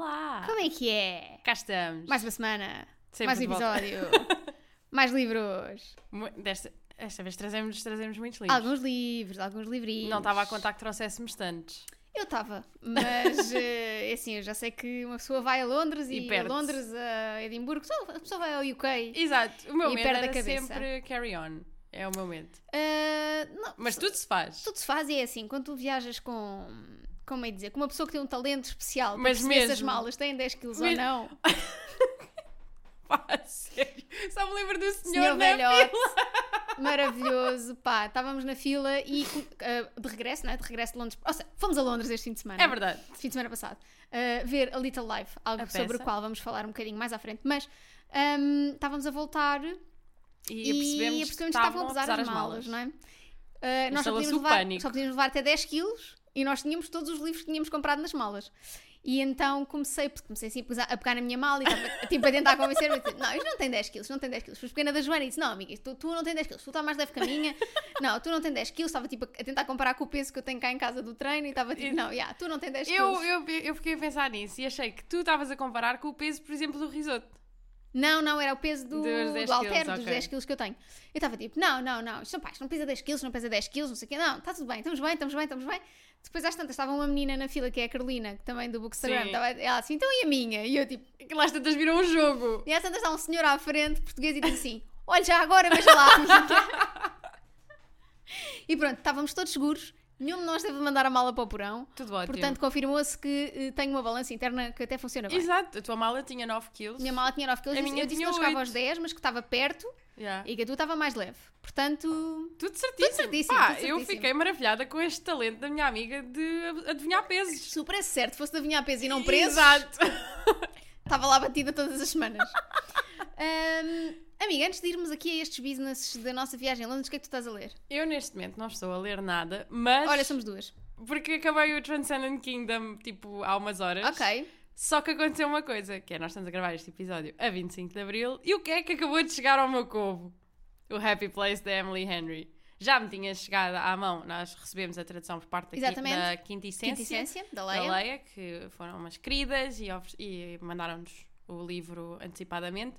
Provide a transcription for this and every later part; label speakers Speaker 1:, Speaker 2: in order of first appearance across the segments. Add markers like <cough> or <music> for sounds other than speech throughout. Speaker 1: é que é?
Speaker 2: Ah. Cá estamos.
Speaker 1: Mais uma semana,
Speaker 2: Sempre
Speaker 1: mais um
Speaker 2: de volta.
Speaker 1: episódio,
Speaker 2: <laughs>
Speaker 1: mais livros,
Speaker 2: Mu- Desta, esta vez trazemos, trazemos muitos livros.
Speaker 1: alguns livros, alguns livrinhos.
Speaker 2: Não estava a contar que trouxéssemos tantos.
Speaker 1: Eu estava, mas <laughs> eh, é assim, eu já sei que uma pessoa vai a Londres
Speaker 2: E
Speaker 1: e, a
Speaker 2: perde-se.
Speaker 1: Londres, a Edimburgo, só- a pessoa vai ao UK.
Speaker 2: Exato. O meu
Speaker 1: E
Speaker 2: medo
Speaker 1: perde a
Speaker 2: era
Speaker 1: cabeça.
Speaker 2: sempre carry on. É o meu medo.
Speaker 1: Ah, não,
Speaker 2: Mas tudo se faz.
Speaker 1: tudo se faz e é assim, quando tu viajas com, como é dizer, com uma pessoa que tem um talento especial, para
Speaker 2: Mas
Speaker 1: perceber se as
Speaker 2: mesmo.
Speaker 1: malas têm 10 quilos ou
Speaker 2: Mesmo.
Speaker 1: não,
Speaker 2: <laughs> Pá, a sério. Só me lembro do senhor,
Speaker 1: Senhor
Speaker 2: na
Speaker 1: velhote.
Speaker 2: fila.
Speaker 1: <laughs> Maravilhoso, pá, estávamos na fila e ah, de regresso, não é? De regresso de Londres. Ou seja, fomos a Londres este fim de semana.
Speaker 2: É verdade.
Speaker 1: Fim de semana passado. ah, ver a Little Life, algo
Speaker 2: A
Speaker 1: sobre
Speaker 2: peça.
Speaker 1: o qual vamos falar um bocadinho mais à frente. Mas ahm, estávamos a voltar e é
Speaker 2: E,
Speaker 1: percebemos,
Speaker 2: percebemos
Speaker 1: que estavam a pesar, as malas, não é? Ah, nós só
Speaker 2: Instalou-se
Speaker 1: podíamos,
Speaker 2: o
Speaker 1: levar,
Speaker 2: pânico.
Speaker 1: só podíamos levar até 10 quilos e nós tínhamos todos os livros que tínhamos comprado nas malas. E então comecei, porque comecei assim a pesar- a pegar na minha mala e estava <laughs> tipo a tentar convencer-me. a dizer, Não, isto não tem 10 quilos, não tem 10 quilos. Fui pequena da Joana e disse: Não, amiga, tu, tu não tens 10 quilos, tu está mais leve que a minha. <laughs> Não, tu não tens 10 quilos. Estava tipo a tentar comparar com o peso que eu tenho cá em casa do treino e estava tipo: Não, yeah, tu não tens 10
Speaker 2: Eu,
Speaker 1: quilos.
Speaker 2: eu, eu fiquei a pensar nisso e achei que tu estavas a comparar com o peso, por exemplo, do risoto.
Speaker 1: Não, não, era o peso do,
Speaker 2: Dos 10 quilos,
Speaker 1: do halter, dos
Speaker 2: ok.
Speaker 1: 10 quilos que eu tenho. Eu estava tipo, não, não, não, isto não, pá, isto não pesa 10 quilos, não pesa 10 quilos, não sei o quê, não, está tudo bem, estamos bem, estamos bem, estamos bem. Depois às tantas estava uma menina na fila, que é a Carolina, que também do Bookstagram,
Speaker 2: Sim.
Speaker 1: estava, ela assim, então e a minha? E eu tipo,
Speaker 2: Que lá as tantas viram um jogo.
Speaker 1: e às tantas está um senhor à frente, português, e diz assim, <laughs> olha já agora, veja lá. a minha." <laughs> e pronto, estávamos todos seguros, nenhum de nós teve de mandar a mala para o porão,
Speaker 2: Tudo ótimo.
Speaker 1: portanto confirmou-se que eh, tenho uma balança interna que até funciona bem.
Speaker 2: Exato. A tua mala tinha 9 quilos.
Speaker 1: Minha mala tinha 9
Speaker 2: A
Speaker 1: kg,
Speaker 2: minha
Speaker 1: eu disse que
Speaker 2: tinha
Speaker 1: não chegava
Speaker 2: oito.
Speaker 1: aos 10, mas que estava perto.
Speaker 2: Yeah.
Speaker 1: E que a tua estava mais leve. Portanto,
Speaker 2: Tudo certíssimo.
Speaker 1: Tudo certíssimo,
Speaker 2: Pá,
Speaker 1: tudo certíssimo.
Speaker 2: eu fiquei maravilhada com este talento da minha amiga de adivinhar pesos.
Speaker 1: se o preço certo fosse de adivinhar peso e não preço,
Speaker 2: Exato.
Speaker 1: estava lá batida todas as semanas. <laughs> Ahm, amiga, antes de irmos aqui a estes businesses da nossa viagem a Londres, o que é que tu estás a ler?
Speaker 2: Eu neste momento não estou a ler nada, mas
Speaker 1: Olha, somos duas.
Speaker 2: porque acabei o Transcendent Kingdom tipo há umas horas.
Speaker 1: Ok.
Speaker 2: Só que aconteceu uma coisa, que é nós estamos a gravar este episódio a 25 de Abril e o que é que acabou de chegar ao meu covo? O Happy Place da Emily Henry. Já me tinha chegado à mão, nós recebemos a tradução por parte da,
Speaker 1: Exatamente.
Speaker 2: da Quinta Essência.
Speaker 1: Quinta essência, da
Speaker 2: da
Speaker 1: Leia.
Speaker 2: Leia, que foram umas queridas e, ofere- e mandaram-nos o livro antecipadamente.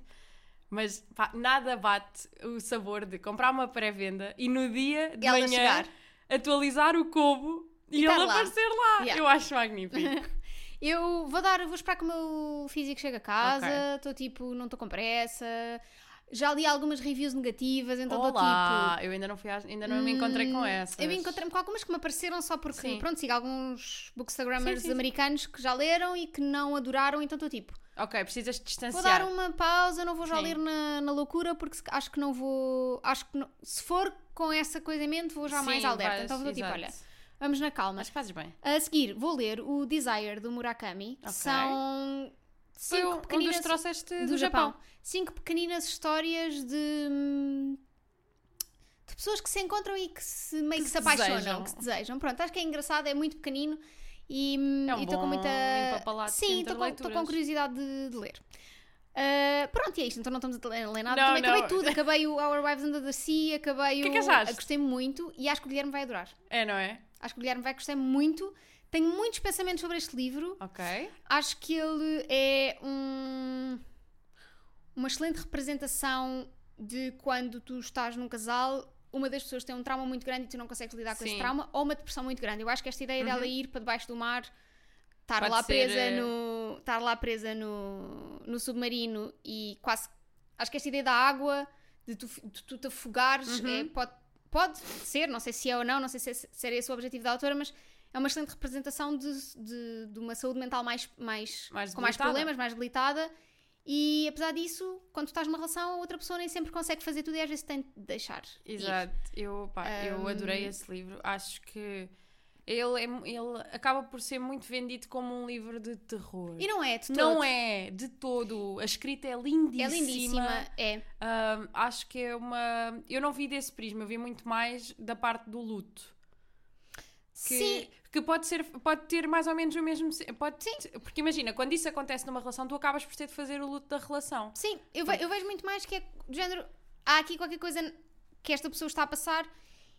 Speaker 2: Mas pá, nada bate o sabor de comprar uma pré-venda e no dia de
Speaker 1: E ela
Speaker 2: manhã
Speaker 1: chegar.
Speaker 2: atualizar o cubo e,
Speaker 1: E
Speaker 2: ele
Speaker 1: tá lá.
Speaker 2: aparecer lá.
Speaker 1: Yeah.
Speaker 2: Eu acho magnífico.
Speaker 1: Eu vou dar, vou esperar que o meu físico chegue a casa, estou tipo, não estou com pressa. Já li algumas reviews negativas, <laughs> então estou tipo.
Speaker 2: Olá, eu ainda não, fui às- ainda não me encontrei com
Speaker 1: Hum,
Speaker 2: essa.
Speaker 1: Eu encontrei-me com algumas que me apareceram só porque,
Speaker 2: Sim.
Speaker 1: pronto, sigo alguns bookstagrammers
Speaker 2: Sim, sim, sim.
Speaker 1: americanos que já leram e que não adoraram, então estou tipo,
Speaker 2: Ok, precisas
Speaker 1: vou
Speaker 2: distanciar.
Speaker 1: dar uma pausa, não vou já
Speaker 2: Sim.
Speaker 1: ler na, na loucura porque se- acho que não vou, acho que não- se for com essa coisa em mente vou um já mais
Speaker 2: Sim,
Speaker 1: alerta,
Speaker 2: vais,
Speaker 1: então estou tipo,
Speaker 2: exato.
Speaker 1: olha, vamos na calma.
Speaker 2: Mas fazes bem.
Speaker 1: A seguir, vou ler o Desire do Murakami, que
Speaker 2: Ok.
Speaker 1: são
Speaker 2: Foi
Speaker 1: cinco
Speaker 2: um um dos
Speaker 1: pequeninas
Speaker 2: trouxeste
Speaker 1: do Japão. Cinco pequeninas histórias de, hum, de pessoas que se encontram e que se meio que,
Speaker 2: Que
Speaker 1: se
Speaker 2: se
Speaker 1: apaixonam,
Speaker 2: desejam.
Speaker 1: que se desejam. Pronto, acho que é engraçado, é muito pequenino e
Speaker 2: É um
Speaker 1: estou com
Speaker 2: bom
Speaker 1: muita.
Speaker 2: limpa-palatos
Speaker 1: Sim,
Speaker 2: entre
Speaker 1: estou com, tô com
Speaker 2: leituras.
Speaker 1: curiosidade de, de ler. Ah, pronto, e é isto. Então não estamos a ler, ler nada.
Speaker 2: Não,
Speaker 1: Também acabei
Speaker 2: não.
Speaker 1: tudo. Acabei o Our Wives Under the Sea, acabei
Speaker 2: Que é
Speaker 1: o.
Speaker 2: que achaste?
Speaker 1: Gostei muito e acho que o Guilherme vai adorar.
Speaker 2: É, não é?
Speaker 1: Acho que o Guilherme vai gostar muito. Tenho muitos pensamentos sobre este livro.
Speaker 2: Ok.
Speaker 1: Acho que ele é um- uma excelente representação de quando tu estás num casal, uma das pessoas tem um trauma muito grande e tu não consegues lidar com esse
Speaker 2: Sim. Uhum.
Speaker 1: trauma, ou uma depressão muito grande. Eu acho que esta ideia dela ir para debaixo do mar, estar
Speaker 2: Pode
Speaker 1: lá
Speaker 2: ser,
Speaker 1: presa
Speaker 2: eh,
Speaker 1: no. estar lá presa no, no submarino e quase. Acho que esta ideia da água, de tu, de tu te afogares,
Speaker 2: Uhum.
Speaker 1: é- pode, pode ser, não sei se é ou não, não sei se, é, se era esse o objetivo da autora, mas é uma excelente representação de, de, de uma saúde mental mais, mais,
Speaker 2: Mais
Speaker 1: com mais
Speaker 2: debilitada.
Speaker 1: problemas, mais debilitada. E apesar disso, quando tu estás numa relação, a outra pessoa nem sempre consegue fazer tudo e às vezes tem de deixar. ir.
Speaker 2: Exato, eu, pá, eu adorei
Speaker 1: Hum.
Speaker 2: esse livro. Acho que ele, é mu- ele acaba por ser muito vendido como um livro de terror.
Speaker 1: E não é, de todo.
Speaker 2: Não é de todo. A escrita é lindíssima.
Speaker 1: É lindíssima, é.
Speaker 2: Ahm, acho que é uma. Eu não vi desse prisma, eu vi muito mais da parte do luto. Que,
Speaker 1: Sim,
Speaker 2: que pode, ser, pode ter mais ou menos o mesmo. se- Pode, Porque imagina, quando isso acontece numa relação, tu acabas por ter de fazer o luto da relação.
Speaker 1: Sim, eu, ve- eu vejo muito mais que é do género. Há aqui qualquer coisa que esta pessoa está a passar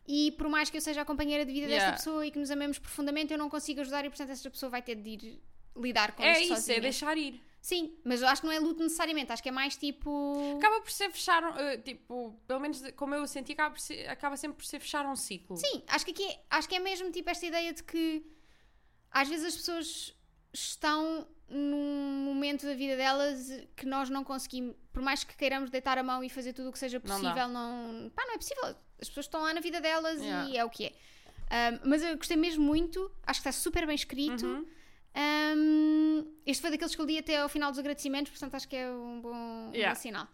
Speaker 1: e por mais que eu seja a companheira de vida desta
Speaker 2: Yeah.
Speaker 1: pessoa e que nos amemos profundamente, eu não consigo ajudar e portanto esta pessoa vai ter de ir lidar com
Speaker 2: é
Speaker 1: isto
Speaker 2: isso,
Speaker 1: sozinha.
Speaker 2: é deixar ir.
Speaker 1: Sim, mas eu acho que não é luto necessariamente, acho que é mais tipo.
Speaker 2: Acaba por ser fechar, um- eh, tipo, pelo menos de- como eu senti, acaba, por ser- acaba sempre por ser fechar um ciclo.
Speaker 1: Sim, acho que aqui é- acho que é mesmo tipo esta ideia de que às vezes as pessoas estão num momento da vida delas que nós não conseguimos, por mais que queiramos deitar a mão e fazer tudo o que seja
Speaker 2: Não dá.
Speaker 1: possível, não, pá, não é possível. As pessoas estão lá na vida delas e
Speaker 2: Yeah.
Speaker 1: é o que é. Ahm, mas eu gostei mesmo muito, acho que está super bem escrito.
Speaker 2: Uhum.
Speaker 1: Ahm, este foi daqueles que eu li até ao final dos agradecimentos, portanto acho que é um bom, um bom
Speaker 2: Yeah.
Speaker 1: sinal.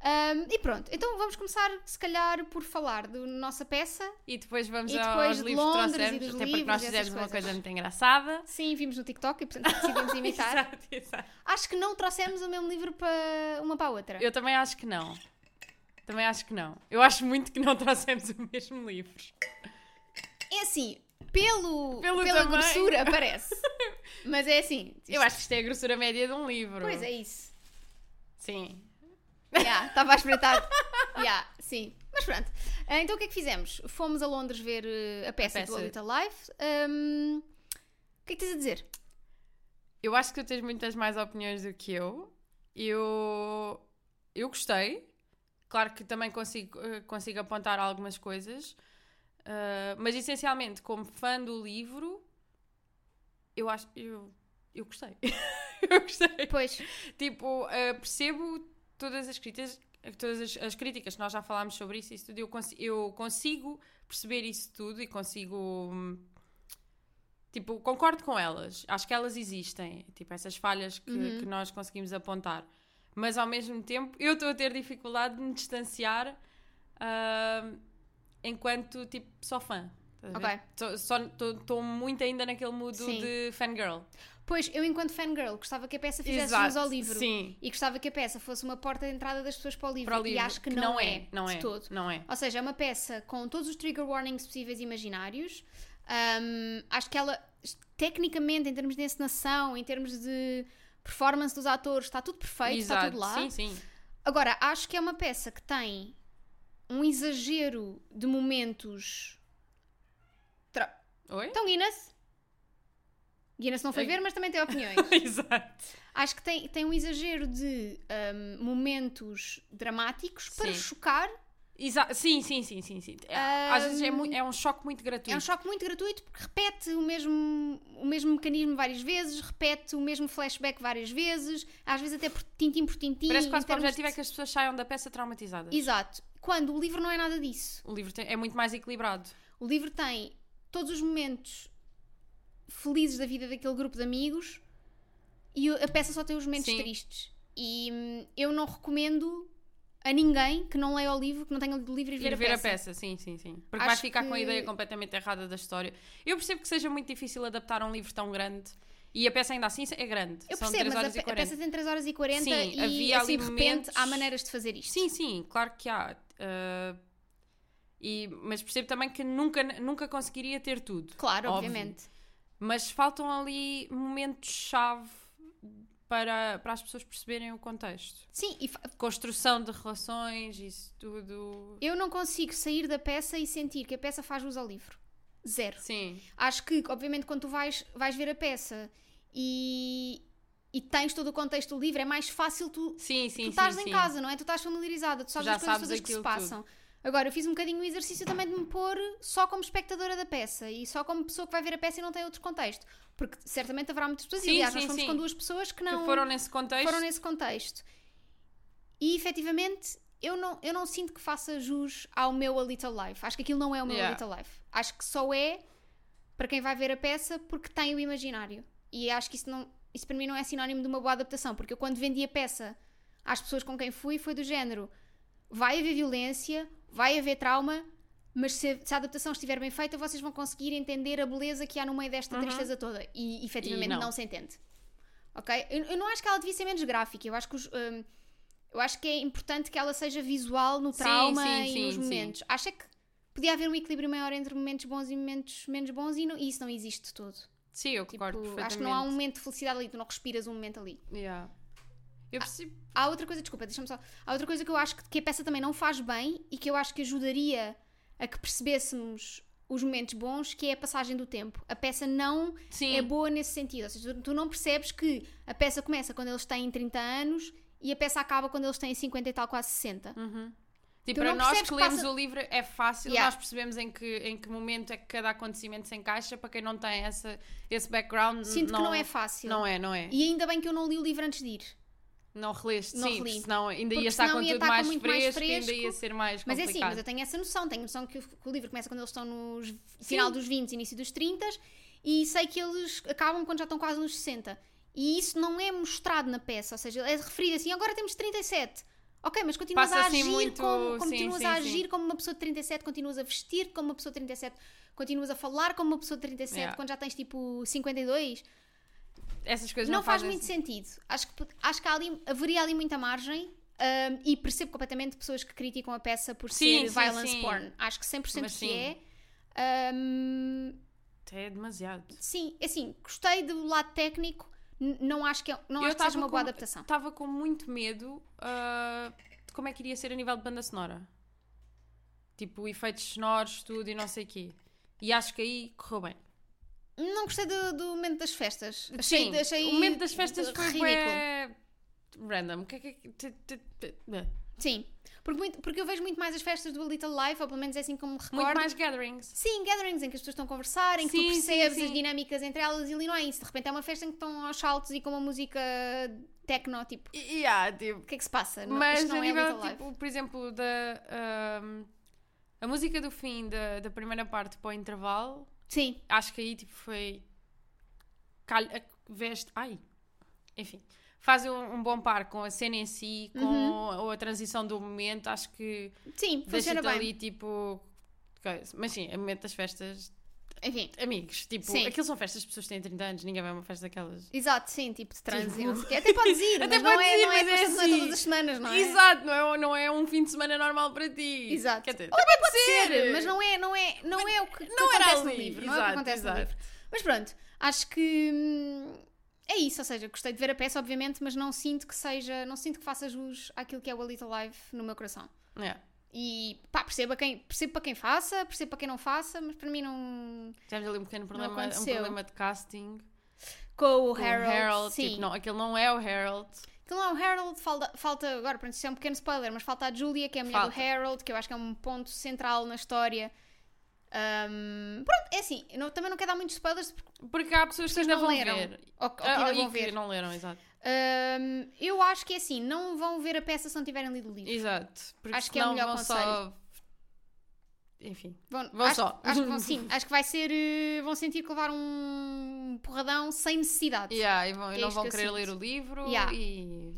Speaker 1: Ahm, e pronto, então vamos começar, se calhar, por falar da nossa peça.
Speaker 2: E depois vamos
Speaker 1: E
Speaker 2: ao-
Speaker 1: depois
Speaker 2: aos
Speaker 1: de
Speaker 2: livros
Speaker 1: Londres e
Speaker 2: que trouxemos,
Speaker 1: dos
Speaker 2: até porque
Speaker 1: livros
Speaker 2: nós
Speaker 1: e
Speaker 2: fizemos
Speaker 1: essas
Speaker 2: uma coisa
Speaker 1: coisas.
Speaker 2: muito engraçada.
Speaker 1: Sim, vimos no TikTok e portanto
Speaker 2: <laughs>
Speaker 1: decidimos imitar.
Speaker 2: Exato, exato.
Speaker 1: Acho que não trouxemos o mesmo livro para uma para a outra.
Speaker 2: Eu também acho que não. Também acho que não. Eu acho muito que não trouxemos o mesmo livro.
Speaker 1: É assim, pelo,
Speaker 2: Pelo
Speaker 1: pela
Speaker 2: tamanho. <laughs>
Speaker 1: grossura parece. Mas é assim.
Speaker 2: Eu acho que isto é a grossura média de um livro.
Speaker 1: Pois é isso.
Speaker 2: Sim.
Speaker 1: Estava a espreitar. yeah, sim. Mas pronto. Ah, Então o que é que fizemos? Fomos a Londres ver eh, a peça, do
Speaker 2: peça.
Speaker 1: Lolita Live. Ahm, o que é que tens a dizer?
Speaker 2: Eu acho que tu tens muitas mais opiniões do que eu. Eu, eu gostei. Claro que também consigo, eh, consigo apontar algumas coisas. Ah, mas essencialmente, como fã do livro, eu acho. Eu, eu gostei. <laughs> eu gostei.
Speaker 1: Pois,
Speaker 2: Tipo, eh, percebo todas as críticas, todas as, as críticas que nós já falámos sobre isso, isso tudo, eu, consi- eu consigo perceber isso tudo e consigo hum, tipo, concordo com elas, acho que elas existem, tipo, essas falhas que,
Speaker 1: Uhum.
Speaker 2: que nós conseguimos apontar, mas ao mesmo tempo eu estou a ter dificuldade de me distanciar hum, enquanto tipo só fã. estás a ver?
Speaker 1: Ok.
Speaker 2: Só- só Estou muito ainda naquele mood
Speaker 1: Sim.
Speaker 2: de fangirl.
Speaker 1: pois, eu enquanto fangirl gostava que a peça fizesse jus ao livro.
Speaker 2: Sim.
Speaker 1: E gostava que a peça fosse uma porta de entrada das pessoas para o livro.
Speaker 2: para o livro,
Speaker 1: E acho que, não, é,
Speaker 2: não
Speaker 1: de
Speaker 2: é,
Speaker 1: todo.
Speaker 2: não é.
Speaker 1: Ou seja, é uma peça com todos os trigger warnings possíveis e imaginários. Ahm, acho que ela, tecnicamente, em termos de encenação, em termos de performance dos atores, está tudo perfeito, está tá tudo lá.
Speaker 2: Sim, sim.
Speaker 1: Agora, acho que é uma peça que tem um exagero de momentos. Tra...
Speaker 2: Oi?
Speaker 1: Então, Guinness? Guinness não foi
Speaker 2: Ai.
Speaker 1: ver, mas também tem opiniões.
Speaker 2: <laughs> <laughs> Exato.
Speaker 1: Acho que tem, tem um exagero de ahm, momentos dramáticos para
Speaker 2: Sim.
Speaker 1: chocar
Speaker 2: Exa sim, sim, sim, sim, sim. É, Às vezes é, mui- é um choque muito gratuito.
Speaker 1: É um choque muito gratuito porque repete o mesmo, o mesmo mecanismo várias vezes, repete o mesmo flashback várias vezes, às vezes até por tintim por tintim.
Speaker 2: Parece
Speaker 1: em
Speaker 2: quase que o
Speaker 1: termos
Speaker 2: objetivo é
Speaker 1: de-
Speaker 2: que as pessoas saiam da peça traumatizadas.
Speaker 1: Exato. Quando o livro não é nada disso.
Speaker 2: O livro tem- é muito mais equilibrado.
Speaker 1: O livro tem todos os momentos felizes da vida daquele grupo de amigos e a peça só tem os momentos
Speaker 2: Sim.
Speaker 1: tristes. E hum, eu não recomendo a ninguém que não leia o livro, que não tenha lido o livro e
Speaker 2: Ir
Speaker 1: ver, a peça.
Speaker 2: sim, sim, sim. Porque
Speaker 1: Acho
Speaker 2: vai ficar com a
Speaker 1: que-
Speaker 2: ideia completamente errada da história. Eu percebo que seja muito difícil adaptar um livro tão grande. E a peça ainda assim é grande.
Speaker 1: Eu
Speaker 2: São
Speaker 1: percebo,
Speaker 2: 3
Speaker 1: mas
Speaker 2: horas
Speaker 1: a,
Speaker 2: e
Speaker 1: pe- a
Speaker 2: 40.
Speaker 1: peça tem 3 horas e 40
Speaker 2: Sim,
Speaker 1: e
Speaker 2: havia
Speaker 1: assim
Speaker 2: ali
Speaker 1: de repente
Speaker 2: momentos-
Speaker 1: há maneiras de fazer isto.
Speaker 2: Sim, sim, claro que há. Ah, e, mas percebo também que nunca, nunca conseguiria ter tudo.
Speaker 1: Claro,
Speaker 2: Óbvio.
Speaker 1: obviamente.
Speaker 2: Mas faltam ali momentos-chave para, para as pessoas perceberem o contexto.
Speaker 1: Sim, e fa-
Speaker 2: Construção de relações, isso tudo.
Speaker 1: eu não consigo sair da peça e sentir que a peça faz jus ao livro. Zero.
Speaker 2: Sim,
Speaker 1: Acho que, obviamente, quando tu vais, vais ver a peça e, e tens todo o contexto do livro, é mais fácil tu,
Speaker 2: sim, sim.
Speaker 1: tu estás
Speaker 2: sim,
Speaker 1: em
Speaker 2: sim.
Speaker 1: casa, não é? Tu estás familiarizada, tu sabes
Speaker 2: Já
Speaker 1: as coisas
Speaker 2: sabes
Speaker 1: todas que se
Speaker 2: aquilo
Speaker 1: passam. Agora, eu fiz um bocadinho o exercício também de me pôr só como espectadora da peça e só como pessoa que vai ver a peça e não tem outro contexto. Porque certamente haverá muitas pessoas, e
Speaker 2: Sim,
Speaker 1: aliás, nós
Speaker 2: sim,
Speaker 1: fomos
Speaker 2: sim.
Speaker 1: com duas pessoas que não.
Speaker 2: Que foram nesse contexto.
Speaker 1: foram nesse contexto. E efetivamente, eu não, eu não sinto que faça jus ao meu A Little Life. Acho que aquilo não é o meu A
Speaker 2: Yeah.
Speaker 1: Little Life. Acho que só é para quem vai ver a peça porque tem o imaginário. E acho que isso, não, isso para mim não é sinónimo de uma boa adaptação, porque eu quando vendi a peça às pessoas com quem fui, foi do género: vai haver violência, vai haver trauma. Mas se a, se a adaptação estiver bem feita, vocês vão conseguir entender a beleza que há no meio desta tristeza toda. E efetivamente
Speaker 2: Uhum. não.
Speaker 1: não se entende ok? Eu, eu não acho que ela devia ser menos gráfica, eu acho que os, hum, eu acho que é importante que ela seja visual no
Speaker 2: Sim,
Speaker 1: trauma
Speaker 2: sim,
Speaker 1: e
Speaker 2: sim,
Speaker 1: nos
Speaker 2: sim.
Speaker 1: momentos. Acho é que podia haver um equilíbrio maior entre momentos bons e momentos menos bons e, não- e isso não existe de todo.
Speaker 2: Sim, eu concordo
Speaker 1: Tipo,
Speaker 2: perfeitamente.
Speaker 1: acho que não há um momento de felicidade ali, tu não respiras um momento ali.
Speaker 2: Yeah. Eu percebo.
Speaker 1: Há outra coisa, desculpa, deixa-me só. Há outra coisa que eu acho que, que a peça também não faz bem e que eu acho que ajudaria a que percebêssemos os momentos bons, que é a passagem do tempo. A peça não
Speaker 2: Sim.
Speaker 1: é boa nesse sentido. Ou seja, tu, tu não percebes que a peça começa quando eles têm 30 anos e a peça acaba quando eles têm 50 e tal, quase 60.
Speaker 2: Tipo,
Speaker 1: Tu
Speaker 2: para
Speaker 1: não
Speaker 2: nós
Speaker 1: percebes
Speaker 2: que
Speaker 1: que
Speaker 2: lemos
Speaker 1: passa-
Speaker 2: o livro é fácil,
Speaker 1: Yeah.
Speaker 2: nós percebemos em que, em que momento é que cada acontecimento se encaixa. Para quem não tem essa, esse background,
Speaker 1: Sinto que não é fácil.
Speaker 2: Não é, não é.
Speaker 1: E ainda bem que eu não li o livro antes de ir.
Speaker 2: Não releste,
Speaker 1: Não
Speaker 2: sim,
Speaker 1: reli.
Speaker 2: porque senão ainda
Speaker 1: Porque
Speaker 2: ia estar
Speaker 1: senão
Speaker 2: com
Speaker 1: ia
Speaker 2: tudo
Speaker 1: estar com
Speaker 2: mais
Speaker 1: muito
Speaker 2: fresco,
Speaker 1: mais
Speaker 2: e ainda
Speaker 1: fresco.
Speaker 2: ia ser mais
Speaker 1: Mas é assim,
Speaker 2: complicado.
Speaker 1: mas eu tenho essa noção. Tenho noção que o, que o livro começa quando eles estão nos final dos 20, início dos 30 e sei que eles acabam quando já estão quase nos 60. E isso não é mostrado na peça, ou seja, é referido assim, agora temos 37. Ok, mas continuas
Speaker 2: Passa
Speaker 1: a
Speaker 2: assim
Speaker 1: agir
Speaker 2: muito-
Speaker 1: como, como
Speaker 2: sim,
Speaker 1: continuas
Speaker 2: sim,
Speaker 1: a
Speaker 2: sim.
Speaker 1: agir como uma pessoa de 37, continuas a vestir como uma pessoa de 37, continuas a falar como uma pessoa de 37
Speaker 2: Yeah.
Speaker 1: quando já tens tipo 52.
Speaker 2: Essas coisas não,
Speaker 1: Não faz
Speaker 2: fazem assim.
Speaker 1: muito sentido. Acho que, acho que há ali, haveria ali muita margem hum, e percebo completamente pessoas que criticam a peça por
Speaker 2: Sim,
Speaker 1: ser
Speaker 2: sim,
Speaker 1: violence
Speaker 2: sim.
Speaker 1: porn. Acho que 100%
Speaker 2: Mas
Speaker 1: que
Speaker 2: sim.
Speaker 1: é. Hum,
Speaker 2: Até é demasiado.
Speaker 1: sim, assim, gostei do lado técnico, n- não acho que, é- não acho que seja uma boa adaptação.
Speaker 2: Estava com muito medo ah, de como é que iria ser a nível de banda sonora. Tipo, efeitos sonoros, tudo e não sei o quê. E acho que aí correu bem.
Speaker 1: Não gostei do, do momento das festas.
Speaker 2: Sim,
Speaker 1: Achei, achei
Speaker 2: o momento das festas foi
Speaker 1: ridículo.
Speaker 2: bué random. O que é que- te- te- te- bem.
Speaker 1: Sim, porque, muito- porque eu vejo muito mais as festas do A Little Life, ou pelo menos é assim como me recordo.
Speaker 2: Muito mais gatherings.
Speaker 1: Sim, gatherings em que as pessoas estão a conversar, em que
Speaker 2: Sim,
Speaker 1: tu
Speaker 2: sim,
Speaker 1: percebes
Speaker 2: sim.
Speaker 1: as dinâmicas entre elas e ali não é isso. De repente é uma festa em que estão aos saltos e com uma música techno, tipo,
Speaker 2: E, e há, tipo,
Speaker 1: o que é que se passa? Não,
Speaker 2: mas
Speaker 1: isto não
Speaker 2: a
Speaker 1: é
Speaker 2: nível,
Speaker 1: Little Life.
Speaker 2: tipo, por exemplo, da ahm, a música do fim da, da primeira parte para o intervalo,
Speaker 1: Sim,
Speaker 2: acho que aí tipo foi calha veste ai enfim fazem um, um bom par com a cena em si com a, a transição do momento acho que
Speaker 1: sim, Uhum. funciona
Speaker 2: deixa-te
Speaker 1: bem.
Speaker 2: ali tipo coisa. mas sim o momento das festas
Speaker 1: Enfim,
Speaker 2: amigos tipo
Speaker 1: Sim.
Speaker 2: aquilo são festas de pessoas que têm 30 anos ninguém vai a uma festa daquelas
Speaker 1: exato, sim, tipo de trânsito.
Speaker 2: Tipo-
Speaker 1: não sei o quê. Até podes ir,
Speaker 2: <laughs> Até
Speaker 1: mas não,
Speaker 2: podes
Speaker 1: é,
Speaker 2: ir,
Speaker 1: não, é,
Speaker 2: mas é
Speaker 1: constante, não é
Speaker 2: assim.
Speaker 1: todas as semanas, não é?
Speaker 2: exato não é, um- não é um fim de semana normal para ti
Speaker 1: Exato.
Speaker 2: Quer dizer,
Speaker 1: Ou até pode ser,
Speaker 2: ser.
Speaker 1: mas não é, não é, não é o que, que
Speaker 2: não era
Speaker 1: acontece no
Speaker 2: ali,
Speaker 1: livro, não é o que
Speaker 2: exato,
Speaker 1: acontece no
Speaker 2: exato.
Speaker 1: livro. Mas pronto, acho que hum, é isso, ou seja, gostei de ver a peça, obviamente, mas não sinto que seja, não sinto que faça jus àquilo que é o A Little Life no meu coração.
Speaker 2: É.
Speaker 1: E pá, percebo, a quem, percebo para quem faça, percebo para quem não faça, mas para mim não.
Speaker 2: tivemos ali um pequeno problema um
Speaker 1: aconteceu.
Speaker 2: problema de casting
Speaker 1: Com o
Speaker 2: com o
Speaker 1: Harold,
Speaker 2: Harold
Speaker 1: sim.
Speaker 2: tipo, não, aquele não é o Harold
Speaker 1: Aquilo não é o Harold, falta, falta agora, pronto, isso é um pequeno spoiler, mas falta a Julia, que é a mulher
Speaker 2: Falta.
Speaker 1: do Harold, que eu acho que é um ponto central na história. Ahm, pronto, é assim, eu não- também não quero dar muitos spoilers porque
Speaker 2: porque há pessoas que
Speaker 1: vocês
Speaker 2: ainda
Speaker 1: não
Speaker 2: vão
Speaker 1: leram.
Speaker 2: ver
Speaker 1: Ou, ou que
Speaker 2: Ah,
Speaker 1: ainda
Speaker 2: e
Speaker 1: vão
Speaker 2: que
Speaker 1: ver.
Speaker 2: não leram, exato.
Speaker 1: Ahm, eu acho que é assim, não vão ver a peça se não tiverem lido o livro.
Speaker 2: Exato. Porque
Speaker 1: Acho que é o
Speaker 2: senão
Speaker 1: melhor
Speaker 2: vão
Speaker 1: conselho.
Speaker 2: só. Enfim.
Speaker 1: Vão,
Speaker 2: Vão
Speaker 1: acho,
Speaker 2: só.
Speaker 1: acho
Speaker 2: <laughs>
Speaker 1: que vão sim, acho que vai ser. eh, vão sentir que levaram um porradão sem necessidade.
Speaker 2: Yeah, e vão-
Speaker 1: Que
Speaker 2: e
Speaker 1: é
Speaker 2: não
Speaker 1: isto
Speaker 2: vão
Speaker 1: que eu
Speaker 2: querer
Speaker 1: sinto.
Speaker 2: ler o livro
Speaker 1: Yeah.
Speaker 2: e.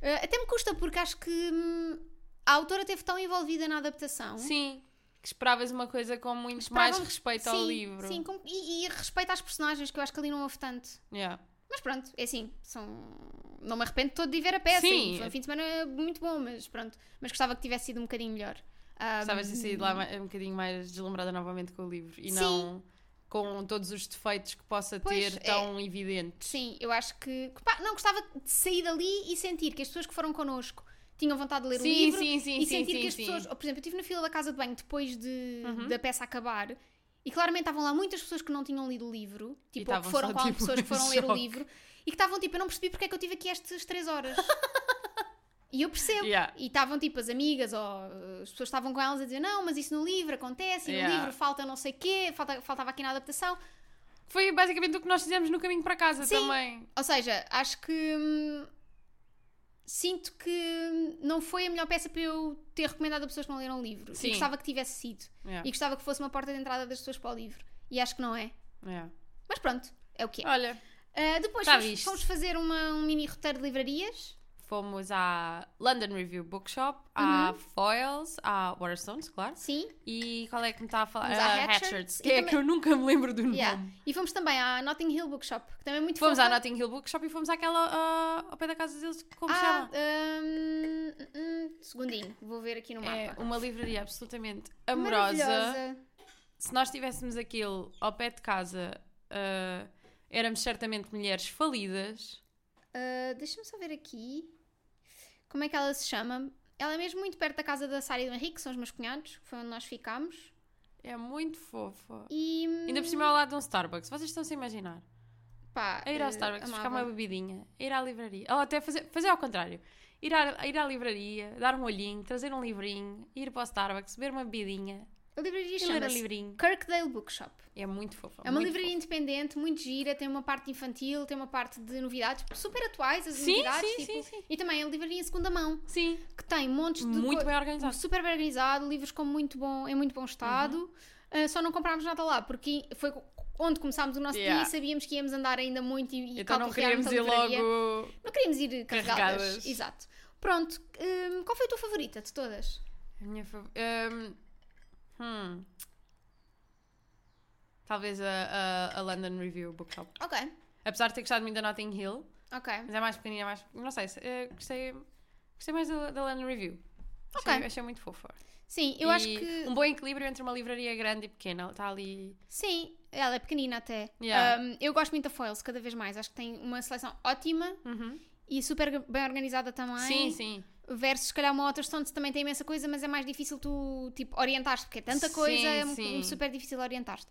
Speaker 1: Eh, até me custa porque acho que hum, a autora esteve tão envolvida na adaptação.
Speaker 2: Sim. Que esperavas uma coisa com muito
Speaker 1: Esperavam-
Speaker 2: mais respeito
Speaker 1: um- sim,
Speaker 2: ao livro.
Speaker 1: Sim, com- e, e respeito às personagens, que eu acho que ali não houve tanto.
Speaker 2: Yeah.
Speaker 1: Mas pronto, é assim, são... não me arrependo todo de ver a peça.
Speaker 2: Sim.
Speaker 1: e Foi um fim de semana muito bom, mas ppronto. Mas gostava que tivesse sido um bocadinho melhor. Ah,
Speaker 2: Gostavas de sair de lá ma- um bocadinho mais deslumbrada novamente com o livro e
Speaker 1: Sim.
Speaker 2: não com todos os defeitos que possa
Speaker 1: Pois,
Speaker 2: ter
Speaker 1: é.
Speaker 2: tão evidentes.
Speaker 1: Sim, eu acho que. que pá, não, gostava de sair dali e sentir que as pessoas que foram connosco tinham vontade de ler o
Speaker 2: Sim,
Speaker 1: livro
Speaker 2: sim, sim,
Speaker 1: e
Speaker 2: sim,
Speaker 1: sentir
Speaker 2: sim,
Speaker 1: que as
Speaker 2: sim. Uhum.
Speaker 1: pessoas. Ou, por exemplo, eu estive na fila da casa de banho depois de, da peça acabar e claramente estavam lá muitas pessoas que não tinham lido o livro, tipo, ou que
Speaker 2: estavam
Speaker 1: foram
Speaker 2: só,
Speaker 1: com
Speaker 2: tipo,
Speaker 1: pessoas que
Speaker 2: em
Speaker 1: foram ler o
Speaker 2: choque.
Speaker 1: livro e que estavam tipo, eu não percebi porque é que eu tive aqui estas três horas.
Speaker 2: <laughs>
Speaker 1: E eu percebo.
Speaker 2: Yeah.
Speaker 1: E estavam tipo as amigas ou uh, as pessoas estavam com elas a dizer: Não, mas isso no livro acontece, e no
Speaker 2: Yeah.
Speaker 1: livro falta não sei quê, falta, faltava aqui na adaptação.
Speaker 2: Foi basicamente o que nós fizemos no caminho para casa
Speaker 1: Sim.
Speaker 2: também.
Speaker 1: Ou seja, acho que hum, sinto que não foi a melhor peça para eu ter recomendado a pessoas que não leram o livro.
Speaker 2: Sim.
Speaker 1: E gostava que tivesse sido.
Speaker 2: Yeah.
Speaker 1: E gostava que fosse uma porta de entrada das pessoas para o livro. E acho que não é.
Speaker 2: Yeah.
Speaker 1: Mas pronto, é o que é.
Speaker 2: Olha,
Speaker 1: Ah, depois
Speaker 2: tá
Speaker 1: fomos,
Speaker 2: visto.
Speaker 1: fomos fazer uma- um mini roteiro de livrarias.
Speaker 2: fomos à London Review Bookshop, à
Speaker 1: Uhum.
Speaker 2: Foils, à Waterstones, claro.
Speaker 1: Sim.
Speaker 2: E qual é que me está a falar?
Speaker 1: Fomos
Speaker 2: Ah,
Speaker 1: à
Speaker 2: Hatchards,
Speaker 1: Hatchards,
Speaker 2: que
Speaker 1: e
Speaker 2: é
Speaker 1: também-
Speaker 2: que eu nunca me lembro do nome.
Speaker 1: yeah. E fomos também à Notting Hill Bookshop, que também é muito
Speaker 2: Uhum. Fomos
Speaker 1: fofa.
Speaker 2: à Notting Hill Bookshop e fomos àquela ah, ao pé da casa deles, como se
Speaker 1: Ah,
Speaker 2: chama?
Speaker 1: hum, hum, segundinho, vou ver aqui no um mapa.
Speaker 2: É uma livraria absolutamente amorosa.
Speaker 1: Maravilhosa.
Speaker 2: Se nós tivéssemos aquilo ao pé de casa, ah, éramos certamente mulheres falidas.
Speaker 1: Ah, Deixa-me só ver aqui. Como é que ela se chama? Ela é mesmo muito perto da casa da Sara e do Henrique, que são os meus cunhados, que foi onde nós ficámos.
Speaker 2: É muito fofa.
Speaker 1: E.
Speaker 2: Ainda por cima é ao lado de um Starbucks. Vocês estão-se a imaginar.
Speaker 1: pá,
Speaker 2: A ir ao
Speaker 1: eh,
Speaker 2: Starbucks, buscar
Speaker 1: amava.
Speaker 2: uma bebidinha, a ir à livraria. Ou até fazer, fazer ao contrário. Ir à, ir à livraria, dar um olhinho, trazer um livrinho, ir para o Starbucks, beber uma bebidinha
Speaker 1: A livraria
Speaker 2: e ler um
Speaker 1: chama-se
Speaker 2: livrinho.
Speaker 1: Kirkdale Bookshop.
Speaker 2: É muito fofa.
Speaker 1: É uma
Speaker 2: muito
Speaker 1: livraria
Speaker 2: fofa.
Speaker 1: independente, muito gira, tem uma parte infantil, tem uma parte de novidades super atuais, as
Speaker 2: Sim,
Speaker 1: novidades.
Speaker 2: sim,
Speaker 1: tipo,
Speaker 2: sim, sim.
Speaker 1: E também é uma livraria em segunda mão,
Speaker 2: Sim,
Speaker 1: que tem montes de.
Speaker 2: muito
Speaker 1: co-
Speaker 2: bem organizada.
Speaker 1: Tá super bem organizado, livros com muito bom, em muito bom estado.
Speaker 2: Uhum.
Speaker 1: Ah, só não comprámos nada lá, porque foi onde começámos o nosso
Speaker 2: Yeah.
Speaker 1: dia e sabíamos que íamos andar ainda muito e, e
Speaker 2: Então não
Speaker 1: calcutearmos
Speaker 2: queríamos
Speaker 1: a
Speaker 2: ir
Speaker 1: livraria.
Speaker 2: logo.
Speaker 1: Não queríamos ir carregadas.
Speaker 2: Carregadas.
Speaker 1: Exato. Pronto, hum, qual foi a tua favorita de todas?
Speaker 2: A minha fav- Hum, hum. Talvez a, a, a London Review Bookshop.
Speaker 1: Ok,
Speaker 2: Apesar de ter gostado muito da Notting Hill,
Speaker 1: ok.
Speaker 2: mas é mais pequenina, é mais. Não sei, se- eh, gostei, gostei mais da, da London Review.
Speaker 1: Ok.
Speaker 2: Achei, achei muito fofa.
Speaker 1: Sim, eu
Speaker 2: E
Speaker 1: acho que.
Speaker 2: Um bom equilíbrio entre uma livraria grande e pequena. Está ali.
Speaker 1: Sim, ela é pequenina até.
Speaker 2: Yeah.
Speaker 1: Hum, eu gosto muito da Foils cada vez mais. Acho que tem uma seleção ótima e super bem organizada também.
Speaker 2: Sim, sim.
Speaker 1: Versus, se calhar, uma outra Stones também tem imensa coisa, mas é mais difícil tu, tipo, orientar-te, porque é tanta coisa,
Speaker 2: Sim,
Speaker 1: é um-
Speaker 2: sim.
Speaker 1: super difícil orientar-te.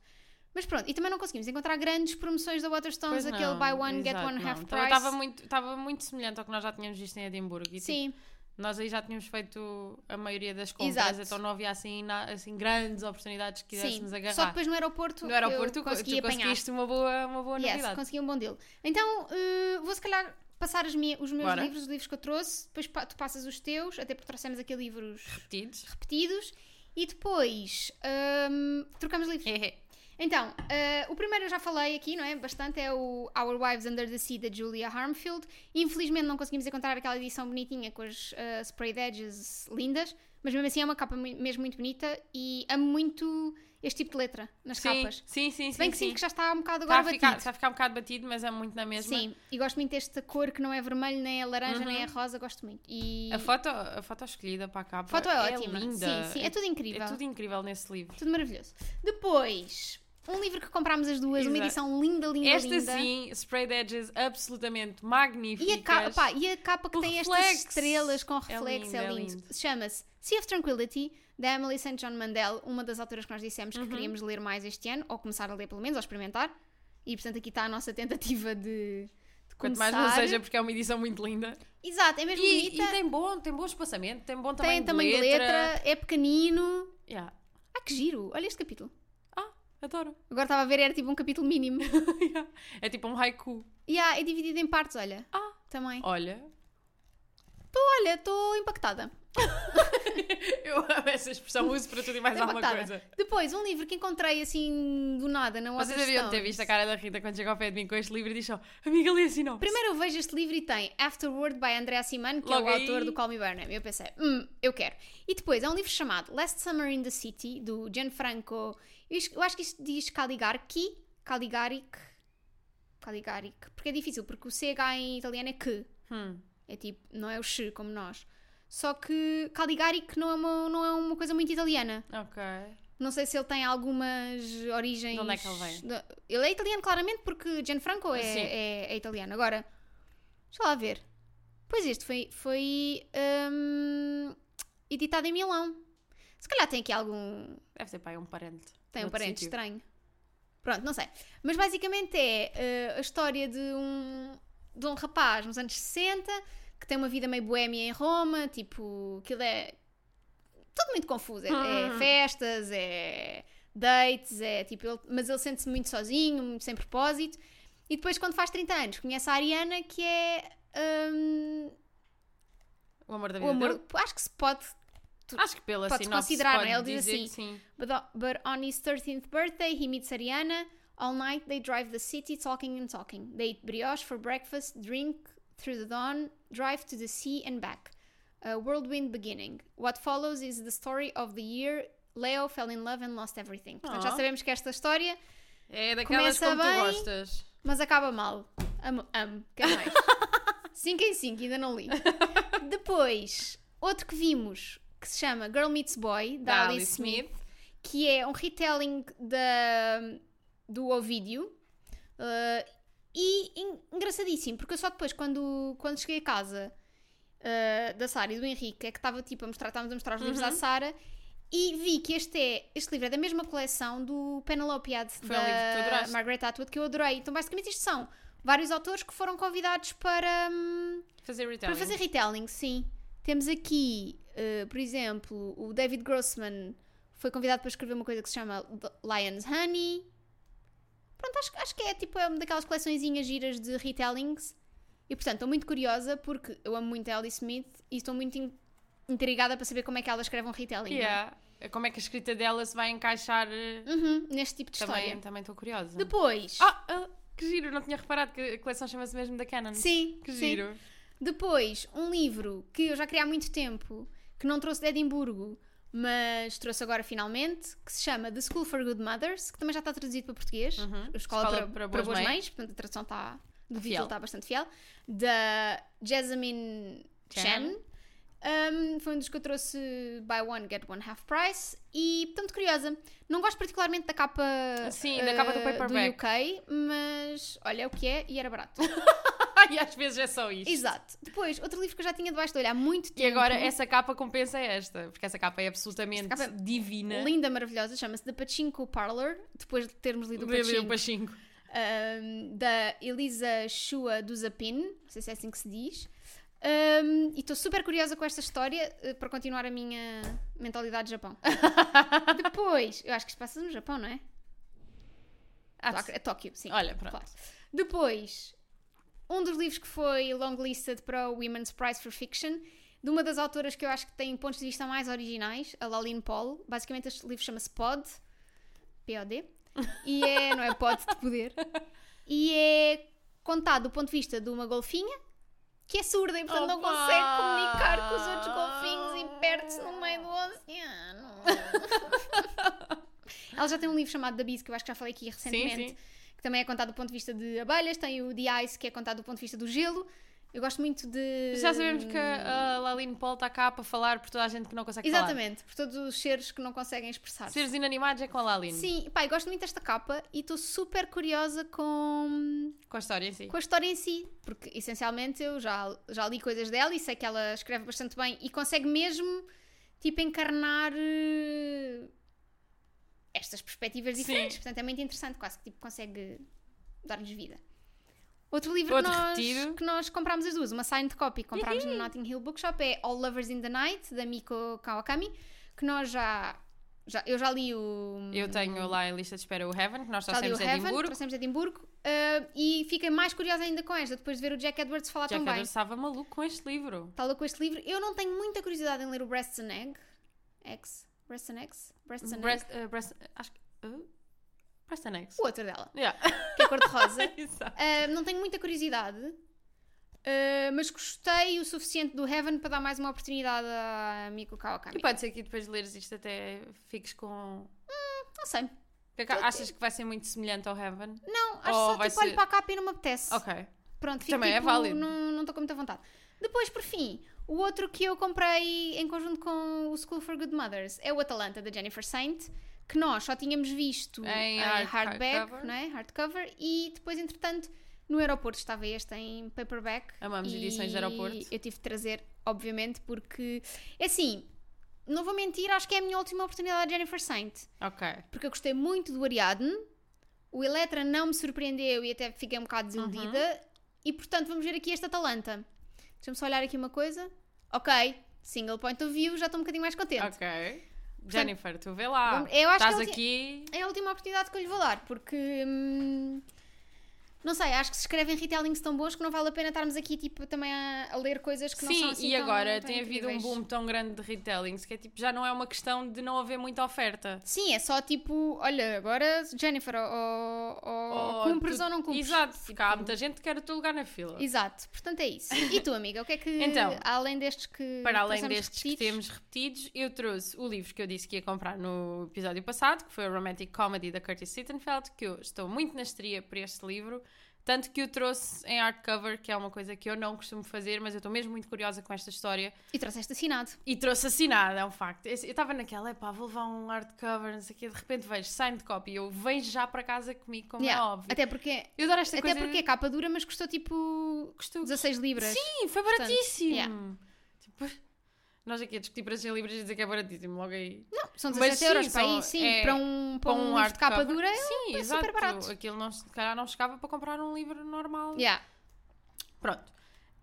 Speaker 1: Mas pronto, e também não conseguimos encontrar grandes promoções da Waterstones,
Speaker 2: Pois não,
Speaker 1: aquele buy one, get
Speaker 2: exato,
Speaker 1: one
Speaker 2: não.
Speaker 1: half
Speaker 2: Então,
Speaker 1: price.
Speaker 2: Estava muito, estava muito semelhante ao que nós já tínhamos visto em Edimburgo. E,
Speaker 1: Sim,
Speaker 2: tipo, nós aí já tínhamos feito a maioria das compras,
Speaker 1: Exato.
Speaker 2: então não havia assim, na- assim grandes oportunidades que
Speaker 1: sim.
Speaker 2: quiséssemos
Speaker 1: Só
Speaker 2: agarrar.
Speaker 1: depois no aeroporto,
Speaker 2: no aeroporto,
Speaker 1: eu
Speaker 2: tu, tu
Speaker 1: consegui apanhar.
Speaker 2: conseguiste uma boa, uma boa
Speaker 1: Yes,
Speaker 2: novidade.
Speaker 1: consegui um bom deal. Então, eh, vou se calhar passar as minha- os meus
Speaker 2: Bora.
Speaker 1: livros, os livros que eu trouxe, depois pa- tu passas os teus, até porque trouxemos aqui livros <laughs>
Speaker 2: Repetidos.
Speaker 1: repetidos, e depois ahm, trocamos livros.
Speaker 2: Hehe.
Speaker 1: Então, eh, o primeiro eu já falei aqui, não é? Bastante, é o Our Wives Under the Sea da Julia Harmfield. Infelizmente não conseguimos encontrar aquela edição bonitinha com as eh, sprayed edges lindas, mas mesmo assim é uma capa mui- mesmo muito bonita e amo muito este tipo de letra nas
Speaker 2: Sim,
Speaker 1: capas.
Speaker 2: sim, sim.
Speaker 1: Se bem
Speaker 2: sim,
Speaker 1: que
Speaker 2: sim.
Speaker 1: sinto que já está um bocado
Speaker 2: Está
Speaker 1: agora
Speaker 2: a, ficar,
Speaker 1: batido.
Speaker 2: está a ficar um bocado batido, mas é muito na mesma.
Speaker 1: Sim, e gosto muito desta cor que não é vermelho, nem é laranja, nem é rosa, gosto muito. E
Speaker 2: A foto, a foto escolhida para a capa
Speaker 1: a foto é,
Speaker 2: é
Speaker 1: ótima.
Speaker 2: linda.
Speaker 1: Sim, sim, é tudo incrível.
Speaker 2: É tudo
Speaker 1: tudo...
Speaker 2: incrível nesse livro.
Speaker 1: maravilhoso. Depois, um livro que comprámos as duas, uma
Speaker 2: Exato.
Speaker 1: edição linda, linda,
Speaker 2: Esta
Speaker 1: linda.
Speaker 2: sim, spray de edges absolutamente magníficas.
Speaker 1: E a, capa, pá, e a capa que
Speaker 2: O
Speaker 1: tem estas
Speaker 2: reflexo.
Speaker 1: estrelas com
Speaker 2: É
Speaker 1: reflexo é
Speaker 2: lindo, é
Speaker 1: lindo.
Speaker 2: lindo.
Speaker 1: Chama-se Sea of Tranquility, da Emily St. John Mandel, uma das autoras que nós dissemos
Speaker 2: Uhum.
Speaker 1: que queríamos ler mais este ano, ou começar a ler pelo menos, ou experimentar. E portanto aqui está a nossa tentativa de, de
Speaker 2: Quanto
Speaker 1: começar.
Speaker 2: mais não seja, porque é uma edição muito linda.
Speaker 1: Exato, é mesmo
Speaker 2: E,
Speaker 1: bonita.
Speaker 2: e tem, bom, tem bom espaçamento, tem bom
Speaker 1: tem
Speaker 2: tamanho
Speaker 1: também
Speaker 2: de
Speaker 1: de
Speaker 2: letra.
Speaker 1: letra, é pequenino.
Speaker 2: Yeah.
Speaker 1: Ah, que giro! Olha este capítulo.
Speaker 2: Ah, adoro. <laughs>
Speaker 1: Agora estava a ver, era tipo um capítulo mínimo.
Speaker 2: Yeah. É tipo um haiku.
Speaker 1: e há, é dividido em partes, olha.
Speaker 2: Ah.
Speaker 1: Também.
Speaker 2: Olha,
Speaker 1: Pô, olha, estou impactada.
Speaker 2: eu amo essa expressão, uso para tudo e mais
Speaker 1: Estou
Speaker 2: alguma
Speaker 1: impactada.
Speaker 2: coisa.
Speaker 1: Depois, um livro que encontrei assim do nada na
Speaker 2: Vocês deviam ter
Speaker 1: Waterstones.
Speaker 2: visto a cara da Rita quando chega ao pé de mim com este livro e diz só, amiga, lê assim não.
Speaker 1: Primeiro eu vejo este livro e tem Afterward by Andrea Simon, que
Speaker 2: Logo
Speaker 1: é o
Speaker 2: aí.
Speaker 1: autor do Call Me By Your Name. Eu pensei, hum, eu quero. E depois é um livro chamado Last Summer in the City, do Gianfranco. Eu es- eu acho que isto diz Caligaric. Caligaric. Caligaric. Porque é difícil, porque o CH em italiano é que.
Speaker 2: Hum.
Speaker 1: É tipo, não é o X como nós. Só que Caligaric não é uma, não é uma coisa muito italiana.
Speaker 2: Ok.
Speaker 1: Não sei se ele tem algumas origens.
Speaker 2: De onde é que ele vem?
Speaker 1: Da- Ele é italiano, claramente, porque Gianfranco é,
Speaker 2: Sim.
Speaker 1: é, é italiano. Agora, deixa lá ver. Pois este foi, foi hum, editado em Milão. Se calhar tem aqui algum.
Speaker 2: Deve ser pai, um parente.
Speaker 1: Tem um
Speaker 2: Noutro
Speaker 1: parente
Speaker 2: sítio.
Speaker 1: estranho. Pronto, não sei. Mas basicamente é uh, a história de um, de um rapaz nos anos 60 que tem uma vida meio boémia em Roma, tipo, aquilo é tudo muito confuso. É, é
Speaker 2: Hum.
Speaker 1: festas, é dates, é tipo, ele- mas ele sente-se muito sozinho, muito sem propósito. E depois, quando faz 30 anos, conhece a Ariana, que é hum,
Speaker 2: O amor da
Speaker 1: o
Speaker 2: vida
Speaker 1: amor.
Speaker 2: dele?
Speaker 1: Acho que se pode
Speaker 2: Acho que pela
Speaker 1: Pode-se
Speaker 2: sinopse
Speaker 1: considerar,
Speaker 2: pode
Speaker 1: não é? Ele diz
Speaker 2: dizer
Speaker 1: assim,
Speaker 2: que sim.
Speaker 1: But, uh, but on his 13th birthday, he meets Ariana. All night they drive the city talking and talking. They eat brioche for breakfast, drink through the dawn, drive to the sea and back. A whirlwind beginning. What follows is the story of the year Leo fell in love and lost everything. Portanto, já
Speaker 2: Oh.
Speaker 1: sabemos que esta história,
Speaker 2: É daquelas
Speaker 1: Começa
Speaker 2: como
Speaker 1: bem.
Speaker 2: tu gostas.
Speaker 1: mas acaba mal. Amo, amo, quer <laughs> mais? 5 em 5, ainda não <laughs> li. Depois, outro que vimos que se chama Girl Meets Boy, da, Alice Smith. que é um retelling da, do Ovídio. eh, e en- engraçadíssimo, porque eu só depois, quando, quando cheguei a
Speaker 2: Uhum.
Speaker 1: casa eh, da Sara e do Henrique, é que estava tipo a mostrar, estávamos a mostrar os livros à Sara, E vi que este, é, este livro é da mesma coleção do Penelopeade
Speaker 2: Foi um livro que tu
Speaker 1: da
Speaker 2: adoraste.
Speaker 1: Margaret Atwood que eu adorei. Então, basicamente, isto são vários autores que foram convidados para, hum,
Speaker 2: Fazer retelling.
Speaker 1: para fazer retelling, sim. Temos aqui, eh, por exemplo, o David Grossman foi convidado para escrever uma coisa que se chama The Lion's Honey. Pronto, acho, acho que é tipo é uma daquelas coleçõezinhas giras de retellings. E portanto, estou muito curiosa porque eu amo muito a Ellie Smith e estou muito in- intrigada para saber como é que ela escreve um retelling. não é?
Speaker 2: Yeah. Como é que a escrita dela se vai encaixar eh,
Speaker 1: Uhum, neste tipo de
Speaker 2: também?
Speaker 1: história.
Speaker 2: Também estou curiosa.
Speaker 1: Depois.
Speaker 2: Ah, ah, que giro, não tinha reparado que a coleção chama-se mesmo da Canon.
Speaker 1: sim,
Speaker 2: Que
Speaker 1: sim. <laughs>
Speaker 2: giro. <laughs>
Speaker 1: Depois, um livro que eu já queria há muito tempo, que não trouxe de Edimburgo, mas trouxe agora finalmente, que se chama The School for Good Mothers, que também já está traduzido para português,
Speaker 2: Uhum.
Speaker 1: a Escola, para, para Boas Mães,
Speaker 2: Mães,
Speaker 1: portanto a tradução está, do
Speaker 2: Fiel.
Speaker 1: título está bastante fiel, da Jasmine
Speaker 2: Chan.
Speaker 1: Chan. Um, foi um dos que eu trouxe buy one, get one half price e portanto curiosa, não gosto particularmente da capa,
Speaker 2: Sim, da capa do
Speaker 1: eh,
Speaker 2: paperback.
Speaker 1: UK, mas olha é o que é e era barato
Speaker 2: e às vezes é só isto.
Speaker 1: Exato. Depois, outro livro que eu já tinha debaixo do olho há muito tempo.
Speaker 2: E agora é essa capa compensa esta, porque essa capa é absolutamente
Speaker 1: Esta capa é
Speaker 2: divina.
Speaker 1: Linda, maravilhosa, chama-se The Pachinko Parlor, depois de termos lido o
Speaker 2: Lê- lê o
Speaker 1: Pachinko,
Speaker 2: Pachinko.
Speaker 1: ahm, da Elisa Shua do Zapin, não sei se é assim que se diz. Ahm, e estou super curiosa com esta história eh, para continuar a minha mentalidade de
Speaker 2: <laughs>
Speaker 1: Japão. depois, eu acho que isto passa no Japão, não é?
Speaker 2: Ah,
Speaker 1: Tóquio- é Tóquio, sim.
Speaker 2: Olha, pronto.
Speaker 1: Claro. Depois, um dos livros que foi longlisted para o Women's Prize for Fiction, de uma das autoras que eu acho que tem pontos de vista mais originais, a Laline Paul. Basicamente, este livro chama-se Pod, P-O-D, e é, não é Pod de
Speaker 2: <laughs>
Speaker 1: poder, e é contado do ponto de vista de uma golfinha que é surda e, portanto, não
Speaker 2: Opa!
Speaker 1: consegue comunicar com os outros golfinhos e perde-se no meio do
Speaker 2: <laughs>
Speaker 1: oceano. Ela já tem um livro chamado The Beast, que eu acho que já falei aqui recentemente
Speaker 2: Sim, sim.
Speaker 1: que também é contado do ponto de vista de abelhas, tem o The Ice, que é contado do ponto de vista do gelo. Eu gosto muito de. hum,
Speaker 2: Já sabemos que é a Laline Paul está cá para falar por toda a gente que não consegue
Speaker 1: Exatamente, por todos os seres que não conseguem
Speaker 2: falar.
Speaker 1: expressar.
Speaker 2: Seres inanimados é com a Laline.
Speaker 1: Sim, pá, eu gosto muito desta capa e estou super curiosa com,
Speaker 2: Com a história em si.
Speaker 1: com a história em si, porque essencialmente eu já, já li coisas dela e sei que ela escreve bastante bem e consegue mesmo, tipo, encarnar eh, estas perspectivas
Speaker 2: Sim.
Speaker 1: diferentes. Portanto, é muito interessante, quase que tipo, consegue dar-lhes vida. Outro livro
Speaker 2: Outro
Speaker 1: que, nós,
Speaker 2: retiro. Uhum.
Speaker 1: que nós comprámos as duas, uma signed copy que comprámos no Notting Hill Bookshop é All Lovers in the Night, da Miko Kawakami, que nós já... já eu já li o...
Speaker 2: Eu tenho lá em lista de espera o Heaven, que nós
Speaker 1: Já li o
Speaker 2: trouxemos Tá de
Speaker 1: Heaven,
Speaker 2: Edimburgo.
Speaker 1: trouxemos de Edimburgo. ah, e fiquei mais curiosa ainda com esta, depois de ver o Jack Edwards falar
Speaker 2: Jack
Speaker 1: tão bem.
Speaker 2: Adams estava maluco com este livro.
Speaker 1: Fala com este livro. Eu não tenho muita curiosidade em ler o Breasts and Egg. Eggs? Breasts and Eggs? Breasts and Eggs.
Speaker 2: Breast, uh, breast, acho que. Uh, breast and
Speaker 1: <laughs>
Speaker 2: Eggs.
Speaker 1: O outro dela,
Speaker 2: Yeah.
Speaker 1: que é cor-de-rosa.
Speaker 2: <laughs> Exato.
Speaker 1: Ah, não tenho muita curiosidade, ah, mas gostei o suficiente do Heaven para dar mais uma oportunidade a Miko Kawakami.
Speaker 2: E pode ser que depois de leres isto até fiques com.
Speaker 1: Não sei.
Speaker 2: Porque Achas que vai ser muito semelhante ao Heaven?
Speaker 1: Não, acho
Speaker 2: Oh,
Speaker 1: só
Speaker 2: vai
Speaker 1: tipo, olho
Speaker 2: ser-
Speaker 1: para a capa e não me apetece.
Speaker 2: Ok.
Speaker 1: Pronto, fico,
Speaker 2: Também é
Speaker 1: tipo,
Speaker 2: válido.
Speaker 1: Não não estou com muita vontade. Depois, por fim, o outro que eu comprei em conjunto com o School for Good Mothers é o Atalanta, da Jennifer Saint, que nós só tínhamos visto
Speaker 2: Em
Speaker 1: em,
Speaker 2: hard-
Speaker 1: hardback,
Speaker 2: hardcover.
Speaker 1: não é? hardcover, e depois, entretanto, no aeroporto estava este em paperback.
Speaker 2: Amamos
Speaker 1: e
Speaker 2: edições de aeroporto.
Speaker 1: Eu tive de trazer, obviamente, porque, é assim, não vou mentir, acho que é a minha última oportunidade de Jennifer Saint
Speaker 2: Ok.
Speaker 1: porque eu gostei muito do Ariadne. O Eletra não me surpreendeu e até fiquei um bocado
Speaker 2: Uhum.
Speaker 1: desiludida. E portanto, vamos ver aqui este Atalanta. Deixa-me só olhar aqui uma coisa. Ok, single point of view, já estou um bocadinho mais contente.
Speaker 2: Ok. Jennifer, tu vê lá.
Speaker 1: vamos- eu acho
Speaker 2: Estás
Speaker 1: que ele
Speaker 2: aqui.
Speaker 1: É a última oportunidade que eu lhe vou dar, porque. hum, não sei, acho que se escrevem retellings tão bons que não vale a pena estarmos aqui tipo, também a, a ler coisas que não
Speaker 2: Sim,
Speaker 1: são assim
Speaker 2: e
Speaker 1: tão-
Speaker 2: agora
Speaker 1: tão
Speaker 2: tem havido um
Speaker 1: incríveis.
Speaker 2: boom tão grande de retellings que é tipo, já não é uma questão de não haver muita oferta.
Speaker 1: Sim, é só tipo, olha, agora Jennifer, ou, ou, ou
Speaker 2: Ou
Speaker 1: cumpres
Speaker 2: tu-
Speaker 1: ou não cumpres.
Speaker 2: Exato, porque há muita gente que quer o teu lugar na fila.
Speaker 1: Exato, portanto é isso. E tu, amiga, o que é que
Speaker 2: Então,
Speaker 1: além destes que
Speaker 2: Para além
Speaker 1: trouxemos
Speaker 2: destes que
Speaker 1: repetidos?
Speaker 2: temos repetidos, eu trouxe o livro que eu disse que ia comprar no episódio passado, que foi a Romantic Comedy da Curtis Sittenfeld, que eu estou muito na estria por este livro, tanto que o trouxe em hardcover, que é uma coisa que eu não costumo fazer, mas eu estou mesmo muito curiosa com esta história,
Speaker 1: E trouxeste assinado.
Speaker 2: E trouxe assinado, é um facto. Eu estava naquela, epá, vou levar um hardcover, não sei o quê, de repente vejo signed copy, eu vejo já para casa comigo, como
Speaker 1: Yeah.
Speaker 2: é óbvio.
Speaker 1: Até porque,
Speaker 2: eu adoro esta
Speaker 1: até
Speaker 2: coisa.
Speaker 1: porque é capa dura, mas custou tipo
Speaker 2: Custou-
Speaker 1: 16 libras.
Speaker 2: Sim, foi baratíssimo.
Speaker 1: yeah.
Speaker 2: Tipo, <laughs> Nós aqui a discutir para 100 libras e dizer que é baratíssimo, logo aí.
Speaker 1: Não, são 17
Speaker 2: Mas sim,
Speaker 1: euros para
Speaker 2: são-
Speaker 1: aí, sim.
Speaker 2: é,
Speaker 1: para um, para um, livro de
Speaker 2: hardcover-
Speaker 1: capa dura, é
Speaker 2: Sim,
Speaker 1: é
Speaker 2: exato.
Speaker 1: super barato.
Speaker 2: Aquilo não, se calhar não chegava para comprar um livro normal.
Speaker 1: Yeah.
Speaker 2: Pronto.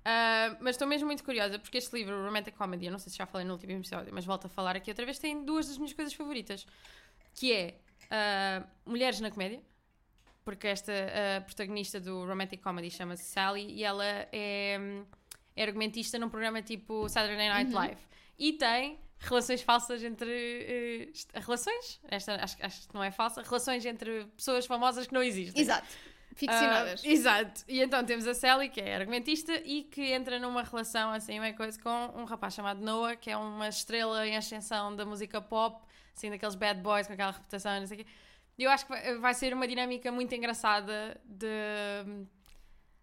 Speaker 2: Ah, mas estou mesmo muito curiosa porque este livro, o Romantic Comedy, eu não sei se já falei no último episódio, mas volto a falar aqui outra vez, tem duas das minhas coisas favoritas, que é ah, Mulheres na Comédia, porque esta a protagonista do Romantic Comedy chama-se Sally e ela é, hum, é argumentista num programa tipo Saturday Night Live e tem relações falsas entre eh, est- relações, esta acho, acho que não é falsa, relações entre pessoas famosas que não existem.
Speaker 1: Exato. Ficcionadas.
Speaker 2: Ah, exato. E então temos a Sally, que é argumentista e que entra numa relação assim, uma coisa, com um rapaz chamado Noah, que é uma estrela em ascensão da música pop, assim, daqueles bad boys com aquela reputação, não sei o quê. E eu acho que vai- vai ser uma dinâmica muito engraçada de,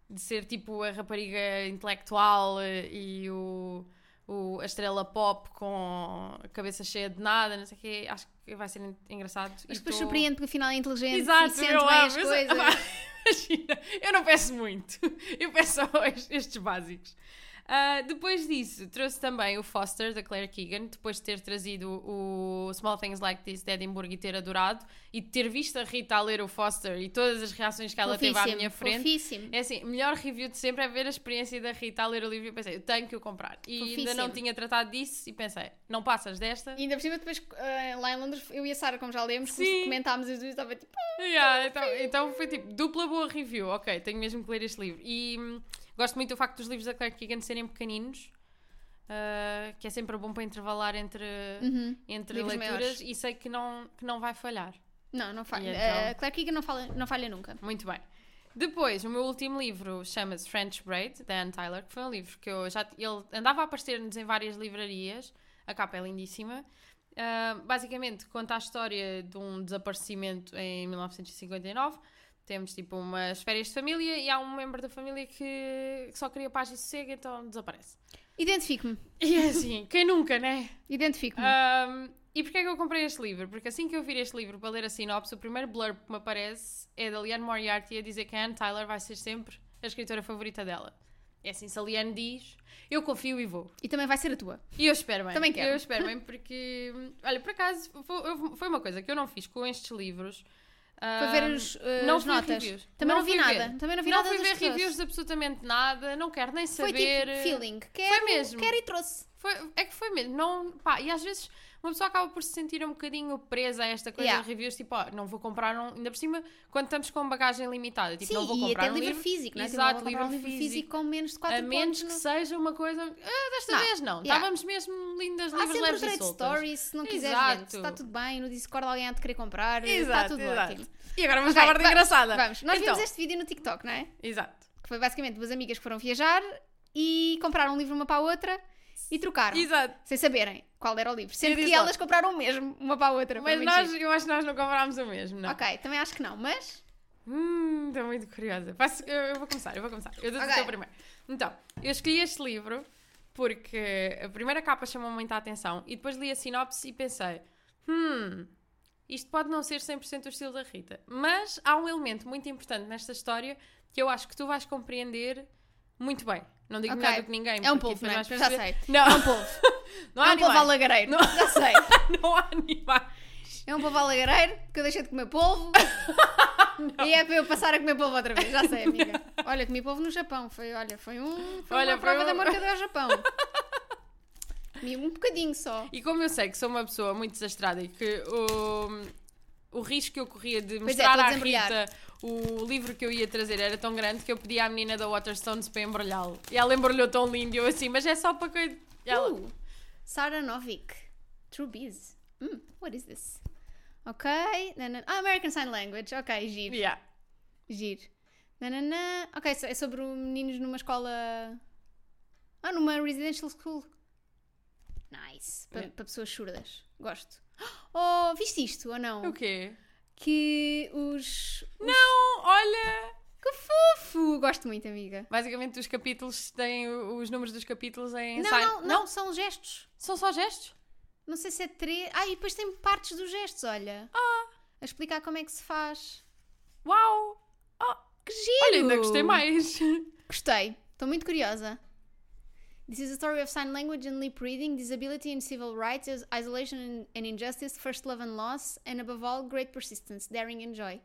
Speaker 2: de ser tipo a rapariga intelectual eh, e o, o- a estrela pop com a cabeça cheia de nada, não sei o quê. Acho que vai ser en- engraçado.
Speaker 1: mas
Speaker 2: E
Speaker 1: depois
Speaker 2: tô-
Speaker 1: surpreende porque afinal é inteligente e
Speaker 2: Exato,
Speaker 1: sente
Speaker 2: eu
Speaker 1: bem
Speaker 2: amo.
Speaker 1: as
Speaker 2: Eu sei-
Speaker 1: coisas.
Speaker 2: Imagina, eu não peço muito. <laughs> Eu peço só es- estes básicos. Ah, depois disso, trouxe também o Foster, da Claire Keegan, depois de ter trazido o Small Things Like This de Edinburgh e ter adorado, e de ter visto a Rita a ler o Foster e todas as reações que <laughs> ela teve à
Speaker 1: Fofíssimo,
Speaker 2: minha frente.
Speaker 1: fofíssimo.
Speaker 2: É assim, melhor review de sempre é ver a experiência da Rita a ler o livro e eu pensei, eu tenho que o comprar. E ainda não
Speaker 1: Fofíssimo.
Speaker 2: tinha tratado disso e pensei, não passas desta?
Speaker 1: E ainda por cima, depois ah, lá em Londres, eu e a Sara, como já lemos, como
Speaker 2: Sim.
Speaker 1: comentámos as duas, estava tipo,
Speaker 2: Yeah, então, então foi tipo dupla boa review. Ok, tenho mesmo que ler este livro. E hum, gosto muito do facto dos livros da Claire Keegan serem pequeninos, ah, que é sempre bom para intervalar entre,
Speaker 1: uhum.
Speaker 2: entre
Speaker 1: livros
Speaker 2: leituras
Speaker 1: maiores.
Speaker 2: e sei que não, que não vai falhar.
Speaker 1: não, não falha.
Speaker 2: E então?
Speaker 1: Ah, Claire Keegan não falha, não falha nunca.
Speaker 2: Muito bem. Depois, o meu último livro chama-se French Braid, da Anne Tyler, que foi um livro que eu já. Ele andava a aparecer-nos em várias livrarias, a capa é lindíssima. Ah, basicamente, conta a história de um desaparecimento em 1959. Temos tipo umas férias de família e há um membro da família que, que só queria paz e sossego, então desaparece.
Speaker 1: Identifico-me.
Speaker 2: E é assim, quem nunca, né?
Speaker 1: Identifico-me.
Speaker 2: Ahm, e porquê é que eu comprei este livro? Porque assim que eu vir este livro para ler a sinopse, o primeiro blurb que me aparece é da Liane Moriarty a dizer que a Anne Tyler vai ser sempre a escritora favorita dela. É assim, se a Liane diz, eu confio e vou.
Speaker 1: E também vai ser a tua.
Speaker 2: E eu espero bem.
Speaker 1: Também quero.
Speaker 2: Eu espero bem porque, olha, por acaso, fo- eu- foi uma coisa que eu não fiz com estes livros.
Speaker 1: Para
Speaker 2: Ahm,
Speaker 1: ver os, ah,
Speaker 2: não
Speaker 1: as
Speaker 2: fui
Speaker 1: notas.
Speaker 2: reviews.
Speaker 1: Também não,
Speaker 2: Não
Speaker 1: vi
Speaker 2: fui
Speaker 1: nada.
Speaker 2: ver.
Speaker 1: Também não vi
Speaker 2: não
Speaker 1: nada
Speaker 2: fui
Speaker 1: das
Speaker 2: ver
Speaker 1: que trouxe.
Speaker 2: reviews de absolutamente nada, não quero nem
Speaker 1: Foi
Speaker 2: saber. eh,
Speaker 1: tipo feeling. Quero,
Speaker 2: mesmo.
Speaker 1: quero e trouxe.
Speaker 2: Foi, é que foi mesmo, não, pá, e às vezes uma pessoa acaba por se sentir um bocadinho presa a esta coisa
Speaker 1: Yeah.
Speaker 2: de reviews, tipo, ó, não vou comprar um, ainda por cima, quando estamos com bagagem limitada, tipo,
Speaker 1: Sim,
Speaker 2: não vou
Speaker 1: e
Speaker 2: comprar
Speaker 1: até
Speaker 2: um
Speaker 1: livro,
Speaker 2: livro,
Speaker 1: físico, não é? Tipo,
Speaker 2: Exato,
Speaker 1: vou comprar um
Speaker 2: livro
Speaker 1: livro
Speaker 2: físico.
Speaker 1: físico, com menos de 4
Speaker 2: a
Speaker 1: pontos.
Speaker 2: menos que
Speaker 1: no-
Speaker 2: seja uma coisa, ah, desta
Speaker 1: Não.
Speaker 2: vez não,
Speaker 1: Yeah.
Speaker 2: estávamos mesmo lindas,
Speaker 1: Há
Speaker 2: livres
Speaker 1: sempre o
Speaker 2: leves e
Speaker 1: trade
Speaker 2: soltas.
Speaker 1: story, se não quiseres,
Speaker 2: Exato.
Speaker 1: gente, está tudo bem, no Discord alguém há de querer comprar, está
Speaker 2: Exato,
Speaker 1: tá tudo
Speaker 2: exato.
Speaker 1: ótimo.
Speaker 2: E agora vamos
Speaker 1: Ok,
Speaker 2: à ordem
Speaker 1: vamos,
Speaker 2: engraçada.
Speaker 1: Vamos, nós
Speaker 2: então,
Speaker 1: vimos este vídeo no TikTok, não é?
Speaker 2: Exato.
Speaker 1: Que foi basicamente duas amigas que foram viajar e compraram um livro uma para a outra e trocaram,
Speaker 2: Exato.
Speaker 1: sem saberem qual era o livro. Sendo
Speaker 2: disse
Speaker 1: que
Speaker 2: logo.
Speaker 1: elas compraram o mesmo, uma para a outra. foi
Speaker 2: Mas
Speaker 1: muito
Speaker 2: nós,
Speaker 1: giro.
Speaker 2: eu acho que nós não comprámos o mesmo, não.
Speaker 1: Ok, também acho que não, mas
Speaker 2: Hum, estou muito curiosa. Faço- eu, eu vou começar, eu vou começar. Eu dou
Speaker 1: Ok.
Speaker 2: o primeiro. Então, eu escolhi este livro porque a primeira capa chamou muita atenção e depois li a sinopse e pensei: hum, isto pode não ser 100% o estilo da Rita, mas há um elemento muito importante nesta história que eu acho que tu vais compreender muito bem. Não digo
Speaker 1: Ok.
Speaker 2: melhor do que ninguém.
Speaker 1: é um
Speaker 2: porque
Speaker 1: povo, não
Speaker 2: depois
Speaker 1: é?
Speaker 2: vais
Speaker 1: Eu já
Speaker 2: perceber-
Speaker 1: sei.
Speaker 2: Não,
Speaker 1: É um
Speaker 2: <laughs>
Speaker 1: povo.
Speaker 2: não há
Speaker 1: é um povo
Speaker 2: animais.
Speaker 1: alagareiro.
Speaker 2: Não.
Speaker 1: Já sei.
Speaker 2: Não há animais.
Speaker 1: É um povo alagareiro que eu deixei de comer
Speaker 2: <laughs>
Speaker 1: polvo. e é para eu passar a comer polvo outra vez. Já sei, amiga. Olha, comi polvo no Japão. Foi, olha, foi um. Foi
Speaker 2: Olha,
Speaker 1: uma prova
Speaker 2: foi um-
Speaker 1: da marca do Japão. comi um bocadinho só.
Speaker 2: E como eu sei que sou uma pessoa muito desastrada e que o, o risco que eu corria de
Speaker 1: Pois é,
Speaker 2: mostrar
Speaker 1: estou a
Speaker 2: à
Speaker 1: desembrulhar.
Speaker 2: Rita o livro que eu ia trazer era tão grande que eu pedi à menina da Waterstones para embrulhá-lo. E ela embrulhou tão lindo e eu assim, mas é só para coisa. E Ela,
Speaker 1: Uh, Sara Novik. True Bees. Hum, what is this? Ok. nanana- Ah, American Sign Language. Ok, giro.
Speaker 2: Yeah.
Speaker 1: Giro. Nananã. Ok, so- é sobre o- meninos numa escola. Ah, numa residential school. Nice. Para
Speaker 2: Yeah.
Speaker 1: pessoas surdas. Gosto. <gasps> Oh, viste isto ou não?
Speaker 2: O quê?
Speaker 1: Que os.
Speaker 2: Não, olha!
Speaker 1: Que fofo! Gosto muito, amiga.
Speaker 2: Basicamente, os capítulos têm o- os números dos capítulos em.
Speaker 1: Não,
Speaker 2: sign-
Speaker 1: não, não, são gestos.
Speaker 2: São só gestos?
Speaker 1: Não sei se é três. Ah, e depois tem partes dos gestos, olha. Ah! A explicar como é que se faz.
Speaker 2: Uau!
Speaker 1: Que giro!
Speaker 2: Olha, ainda gostei mais.
Speaker 1: Gostei. Estou muito curiosa. This is a story of sign language and lip reading, disability and civil rights, is- isolation and, and injustice, first love and loss, and above all, great persistence, daring and joy.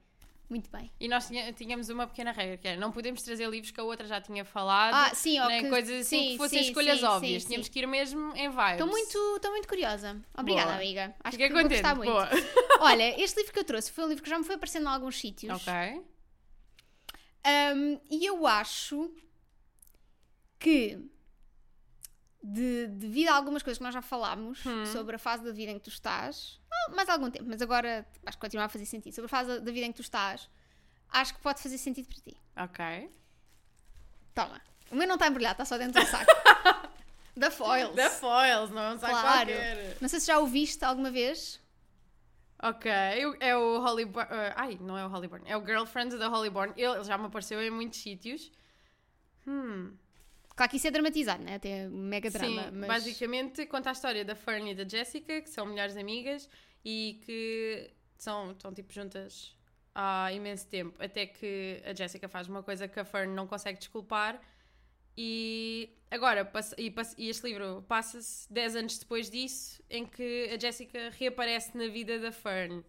Speaker 1: Muito bem.
Speaker 2: E nós tinha- tínhamos uma pequena regra, que era não podemos trazer livros que a outra já tinha falado,
Speaker 1: Ah, sim, ou
Speaker 2: nem
Speaker 1: que-
Speaker 2: coisas assim
Speaker 1: sim,
Speaker 2: que fossem
Speaker 1: sim,
Speaker 2: escolhas
Speaker 1: sim,
Speaker 2: óbvias.
Speaker 1: sim,
Speaker 2: Tínhamos
Speaker 1: sim.
Speaker 2: que ir mesmo em vibes.
Speaker 1: Estou muito, estou muito curiosa. Obrigada,
Speaker 2: Boa.
Speaker 1: amiga. Acho
Speaker 2: Fiquei
Speaker 1: que vou
Speaker 2: contente.
Speaker 1: gostar muito.
Speaker 2: Boa.
Speaker 1: <laughs> Olha, este livro que eu trouxe foi um livro que já me foi aparecendo em alguns sítios.
Speaker 2: ok.
Speaker 1: Um, e eu acho que, de- devido a algumas coisas que nós já falámos
Speaker 2: Hum.
Speaker 1: sobre a fase da vida em que tu estás, ah, mais algum tempo, mas agora acho que continua a fazer sentido. Sobre a fase da vida em que tu estás, acho que pode fazer sentido para ti.
Speaker 2: Ok.
Speaker 1: Toma. O meu não está embrulhado, está só dentro do
Speaker 2: <laughs>
Speaker 1: saco. da Foils.
Speaker 2: Da Foils, não é um saco
Speaker 1: Claro.
Speaker 2: qualquer.
Speaker 1: Não sei se já o viste alguma vez.
Speaker 2: Ok, eu- é o Hollyborn. ai, não é o Hollyborn, é o Girlfriend da Hollyborn. Ele ele já me apareceu em muitos sítios. Hum,
Speaker 1: Claro que isso é dramatizado, né? Até mega drama.
Speaker 2: sim,
Speaker 1: mas...
Speaker 2: basicamente conta a história da Fern e da Jessica, que são melhores amigas e que são, estão tipo juntas há imenso tempo. Até que a Jessica faz uma coisa que a Fern não consegue desculpar. E agora, passa- e, passa- e este livro passa-se 10 anos depois disso, em que a Jessica reaparece na vida da Fern.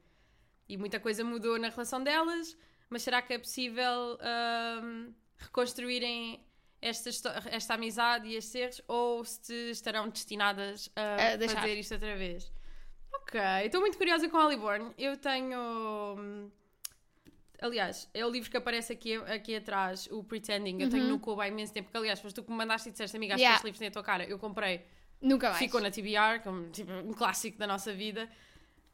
Speaker 2: E muita coisa mudou na relação delas, mas será que é possível ahm, reconstruírem esta, histó- esta amizade e estes erros? Ou se estarão destinadas a,
Speaker 1: A deixar.
Speaker 2: fazer isto outra vez? Ok, estou muito curiosa com Hollyborn. Eu tenho. hum, Aliás, é o livro que aparece aqui, aqui atrás, o Pretending. Eu tenho no cubo há imenso tempo, porque aliás, foste tu que me mandaste e disseste, amiga, acho
Speaker 1: Uhum. Yeah.
Speaker 2: que este livro tem a tua cara. Eu comprei,
Speaker 1: Nunca mais.
Speaker 2: ficou na TBR, como tipo, um clássico da nossa vida.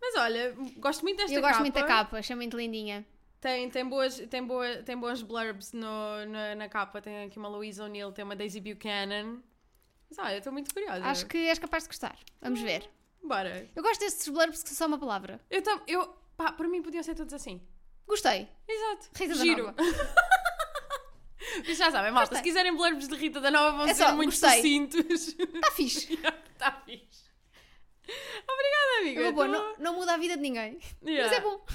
Speaker 2: Mas olha, gosto muito desta
Speaker 1: Eu gosto muito da capa, achei muito lindinha.
Speaker 2: Tem, tem, boas, tem, boa, tem bons blurbs no, na, na capa. Tem aqui uma Louise O'Neill, tem uma Daisy Buchanan. Mas olha, eu estou muito curiosa.
Speaker 1: Acho que és capaz de gostar. Vamos
Speaker 2: Hum.
Speaker 1: ver.
Speaker 2: Bora.
Speaker 1: Eu gosto destes blurbs que são só uma palavra.
Speaker 2: Eu, tam- eu, pá, para mim podiam ser todos assim.
Speaker 1: Gostei.
Speaker 2: Exato.
Speaker 1: Rita da
Speaker 2: Giro.
Speaker 1: Nova.
Speaker 2: <laughs> Mas já sabem, malta, se
Speaker 1: Gostei.
Speaker 2: quiserem blurbs de Rita da Nova vão
Speaker 1: É
Speaker 2: ser
Speaker 1: só,
Speaker 2: muito
Speaker 1: gostei.
Speaker 2: sucintos. <laughs>
Speaker 1: Está Tá fixe.
Speaker 2: Está fixe. Obrigada, amiga.
Speaker 1: Eu vou pôr,
Speaker 2: Tu-
Speaker 1: É não, não muda a vida de ninguém.
Speaker 2: Então- Yeah.
Speaker 1: Mas é
Speaker 2: <laughs>
Speaker 1: bom.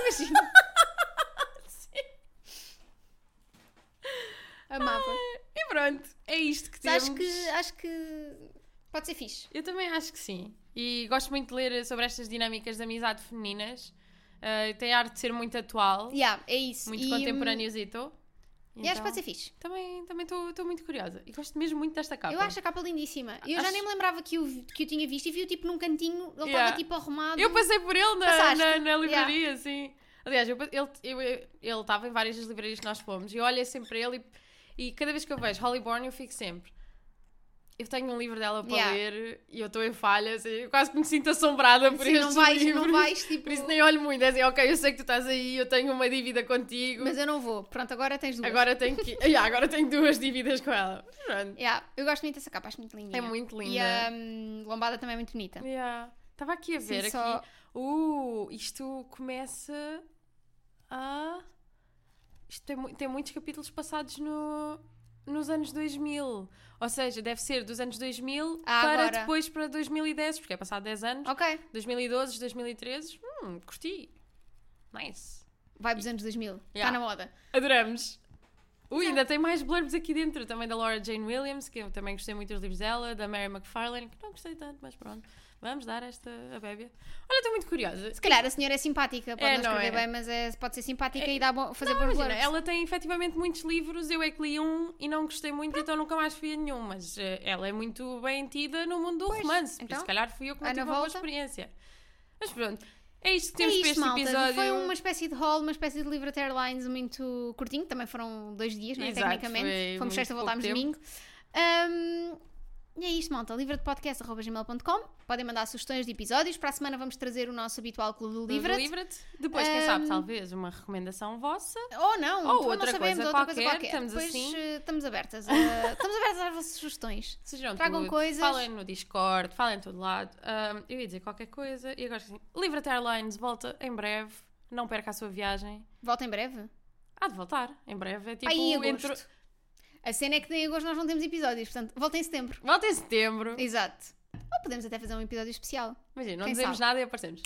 Speaker 1: Imagina. Amava.
Speaker 2: E pronto, é isto que
Speaker 1: Mas
Speaker 2: temos.
Speaker 1: acho que, acho que pode ser fixe.
Speaker 2: Eu também acho que sim. E gosto muito de ler sobre estas dinâmicas de amizade femininas. Ah, tem a arte de ser muito atual,
Speaker 1: Yeah, é isso.
Speaker 2: muito Então,
Speaker 1: E,
Speaker 2: contemporâneozito.
Speaker 1: hum, E acho que pode ser fixe.
Speaker 2: Também estou também estou muito curiosa. E gosto mesmo muito desta capa.
Speaker 1: Eu acho a capa lindíssima. Eu já
Speaker 2: tá Acho-
Speaker 1: nem me lembrava que eu, vi- que eu tinha visto e vi-o tipo num cantinho, ele estava
Speaker 2: Yeah.
Speaker 1: tipo arrumado.
Speaker 2: Eu passei por ele na,
Speaker 1: Passaste?
Speaker 2: na, na livraria, sim. Aliás, eu pa- ele eu- eu- ele estava em várias das livrarias que nós fomos e eu olhei sempre para ele e, e cada vez que eu vejo Hollyborn eu fico sempre. Eu tenho um livro dela para
Speaker 1: Yeah.
Speaker 2: ler e eu estou em falhas, e eu quase que me sinto assombrada por
Speaker 1: Sim,
Speaker 2: estes
Speaker 1: não vais,
Speaker 2: livros.
Speaker 1: não vais tipo.
Speaker 2: Por isso nem olho muito, é assim, ok, eu sei que tu estás aí, eu tenho uma dívida contigo,
Speaker 1: Mas eu não vou. Pronto, agora tens duas.
Speaker 2: agora tenho que. <laughs> Yeah, agora tenho duas dívidas com ela. Pronto.
Speaker 1: Yeah, eu gosto muito dessa capa, acho muito linda.
Speaker 2: É muito
Speaker 1: E a
Speaker 2: linda.
Speaker 1: hum, lombada também é muito bonita.
Speaker 2: Yeah. Estava aqui a ver
Speaker 1: Sim,
Speaker 2: aqui.
Speaker 1: só-
Speaker 2: Uh, isto começa a. Isto tem, mu- tem muitos capítulos passados no, nos anos 2000. Ou seja, deve ser dos anos 2000
Speaker 1: Ah,
Speaker 2: para
Speaker 1: agora.
Speaker 2: depois para 2010, porque é passado 10 anos.
Speaker 1: Ok,
Speaker 2: 2012, 2013. Hum, curti. Nice.
Speaker 1: vai dos anos 2000. Está
Speaker 2: Yeah.
Speaker 1: Tá na moda.
Speaker 2: Adoramos. Ui, ainda tem mais blurbs aqui dentro, também da Laura Jane Williams, que eu também gostei muito dos livros dela, da Mary McFarlane, que não gostei tanto, mas pronto. Vamos dar esta a bébia. Olha, estou muito curiosa.
Speaker 1: Se calhar a senhora é simpática, pode
Speaker 2: É,
Speaker 1: não
Speaker 2: não
Speaker 1: escrever
Speaker 2: é?
Speaker 1: bem, mas é- pode ser simpática
Speaker 2: É-
Speaker 1: e dar bom, fazer
Speaker 2: Não,
Speaker 1: bons
Speaker 2: imagina,
Speaker 1: blurbs.
Speaker 2: ela tem efetivamente muitos livros, eu é que li um e não gostei muito, então nunca mais fui a nenhum, mas eh, ela é muito bem tida no mundo do
Speaker 1: Pois,
Speaker 2: romance, por
Speaker 1: então,
Speaker 2: isso, se calhar fui eu que não
Speaker 1: vai
Speaker 2: tive
Speaker 1: na
Speaker 2: uma boa
Speaker 1: volta.
Speaker 2: experiência. Mas pronto, é isto que
Speaker 1: É
Speaker 2: temos
Speaker 1: isto,
Speaker 2: para
Speaker 1: malta.
Speaker 2: este episódio.
Speaker 1: Foi uma espécie de haul, uma espécie de livro até airlines muito curtinho, também foram dois dias, não é?
Speaker 2: Exato,
Speaker 1: Tecnicamente.
Speaker 2: foi
Speaker 1: Fomos
Speaker 2: muito
Speaker 1: sexta,
Speaker 2: pouco
Speaker 1: voltámos
Speaker 2: tempo.
Speaker 1: domingo. Ahm, e é isto, malta. Livro de podcast.gmail.com. Podem mandar sugestões de episódios. Para a semana vamos trazer o nosso habitual Clube do Livro.
Speaker 2: Livra-te. Depois, quem sabe,
Speaker 1: Hum.
Speaker 2: talvez uma recomendação vossa.
Speaker 1: Ou não,
Speaker 2: Ou
Speaker 1: ou não
Speaker 2: outra
Speaker 1: sabemos,
Speaker 2: coisa
Speaker 1: outra coisa
Speaker 2: qualquer,
Speaker 1: qualquer.
Speaker 2: estamos
Speaker 1: Depois,
Speaker 2: assim.
Speaker 1: eh, estamos abertas.
Speaker 2: <laughs>
Speaker 1: a- estamos abertas às vossas sugestões.
Speaker 2: Sejam
Speaker 1: Tragam
Speaker 2: tudo.
Speaker 1: coisas.
Speaker 2: Falem no Discord, falem em todo lado. Ahm, eu ia dizer qualquer coisa e agora assim. Livra Airlines volta em breve. Não perca a sua viagem.
Speaker 1: Volta em breve.
Speaker 2: Há de voltar, em breve. É tipo
Speaker 1: Aí em agosto.
Speaker 2: entre-
Speaker 1: A cena é que em agosto nós não temos episódios, portanto, volta em setembro.
Speaker 2: Volta em setembro.
Speaker 1: Exato. Ou podemos até fazer um episódio especial.
Speaker 2: Imagina, não
Speaker 1: Quem
Speaker 2: dizemos
Speaker 1: sabe?
Speaker 2: nada e aparecemos.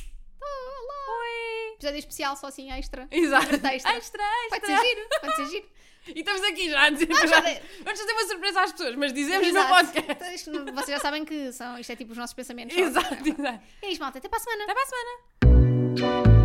Speaker 1: Episódio especial só assim extra.
Speaker 2: Exato.
Speaker 1: Extra, extra.
Speaker 2: Extra, extra.
Speaker 1: Pode ser giro, pode ser giro.
Speaker 2: E estamos aqui já a dizer.
Speaker 1: Vamos já
Speaker 2: verdade. Vamos fazer uma surpresa às pessoas, mas dizemos no
Speaker 1: Exato.
Speaker 2: podcast.
Speaker 1: Então, isto não- Vocês já sabem que são, isto é tipo os nossos pensamentos. só.
Speaker 2: Exato, exato.
Speaker 1: É isso, malta. Até para a semana.
Speaker 2: Até para a semana.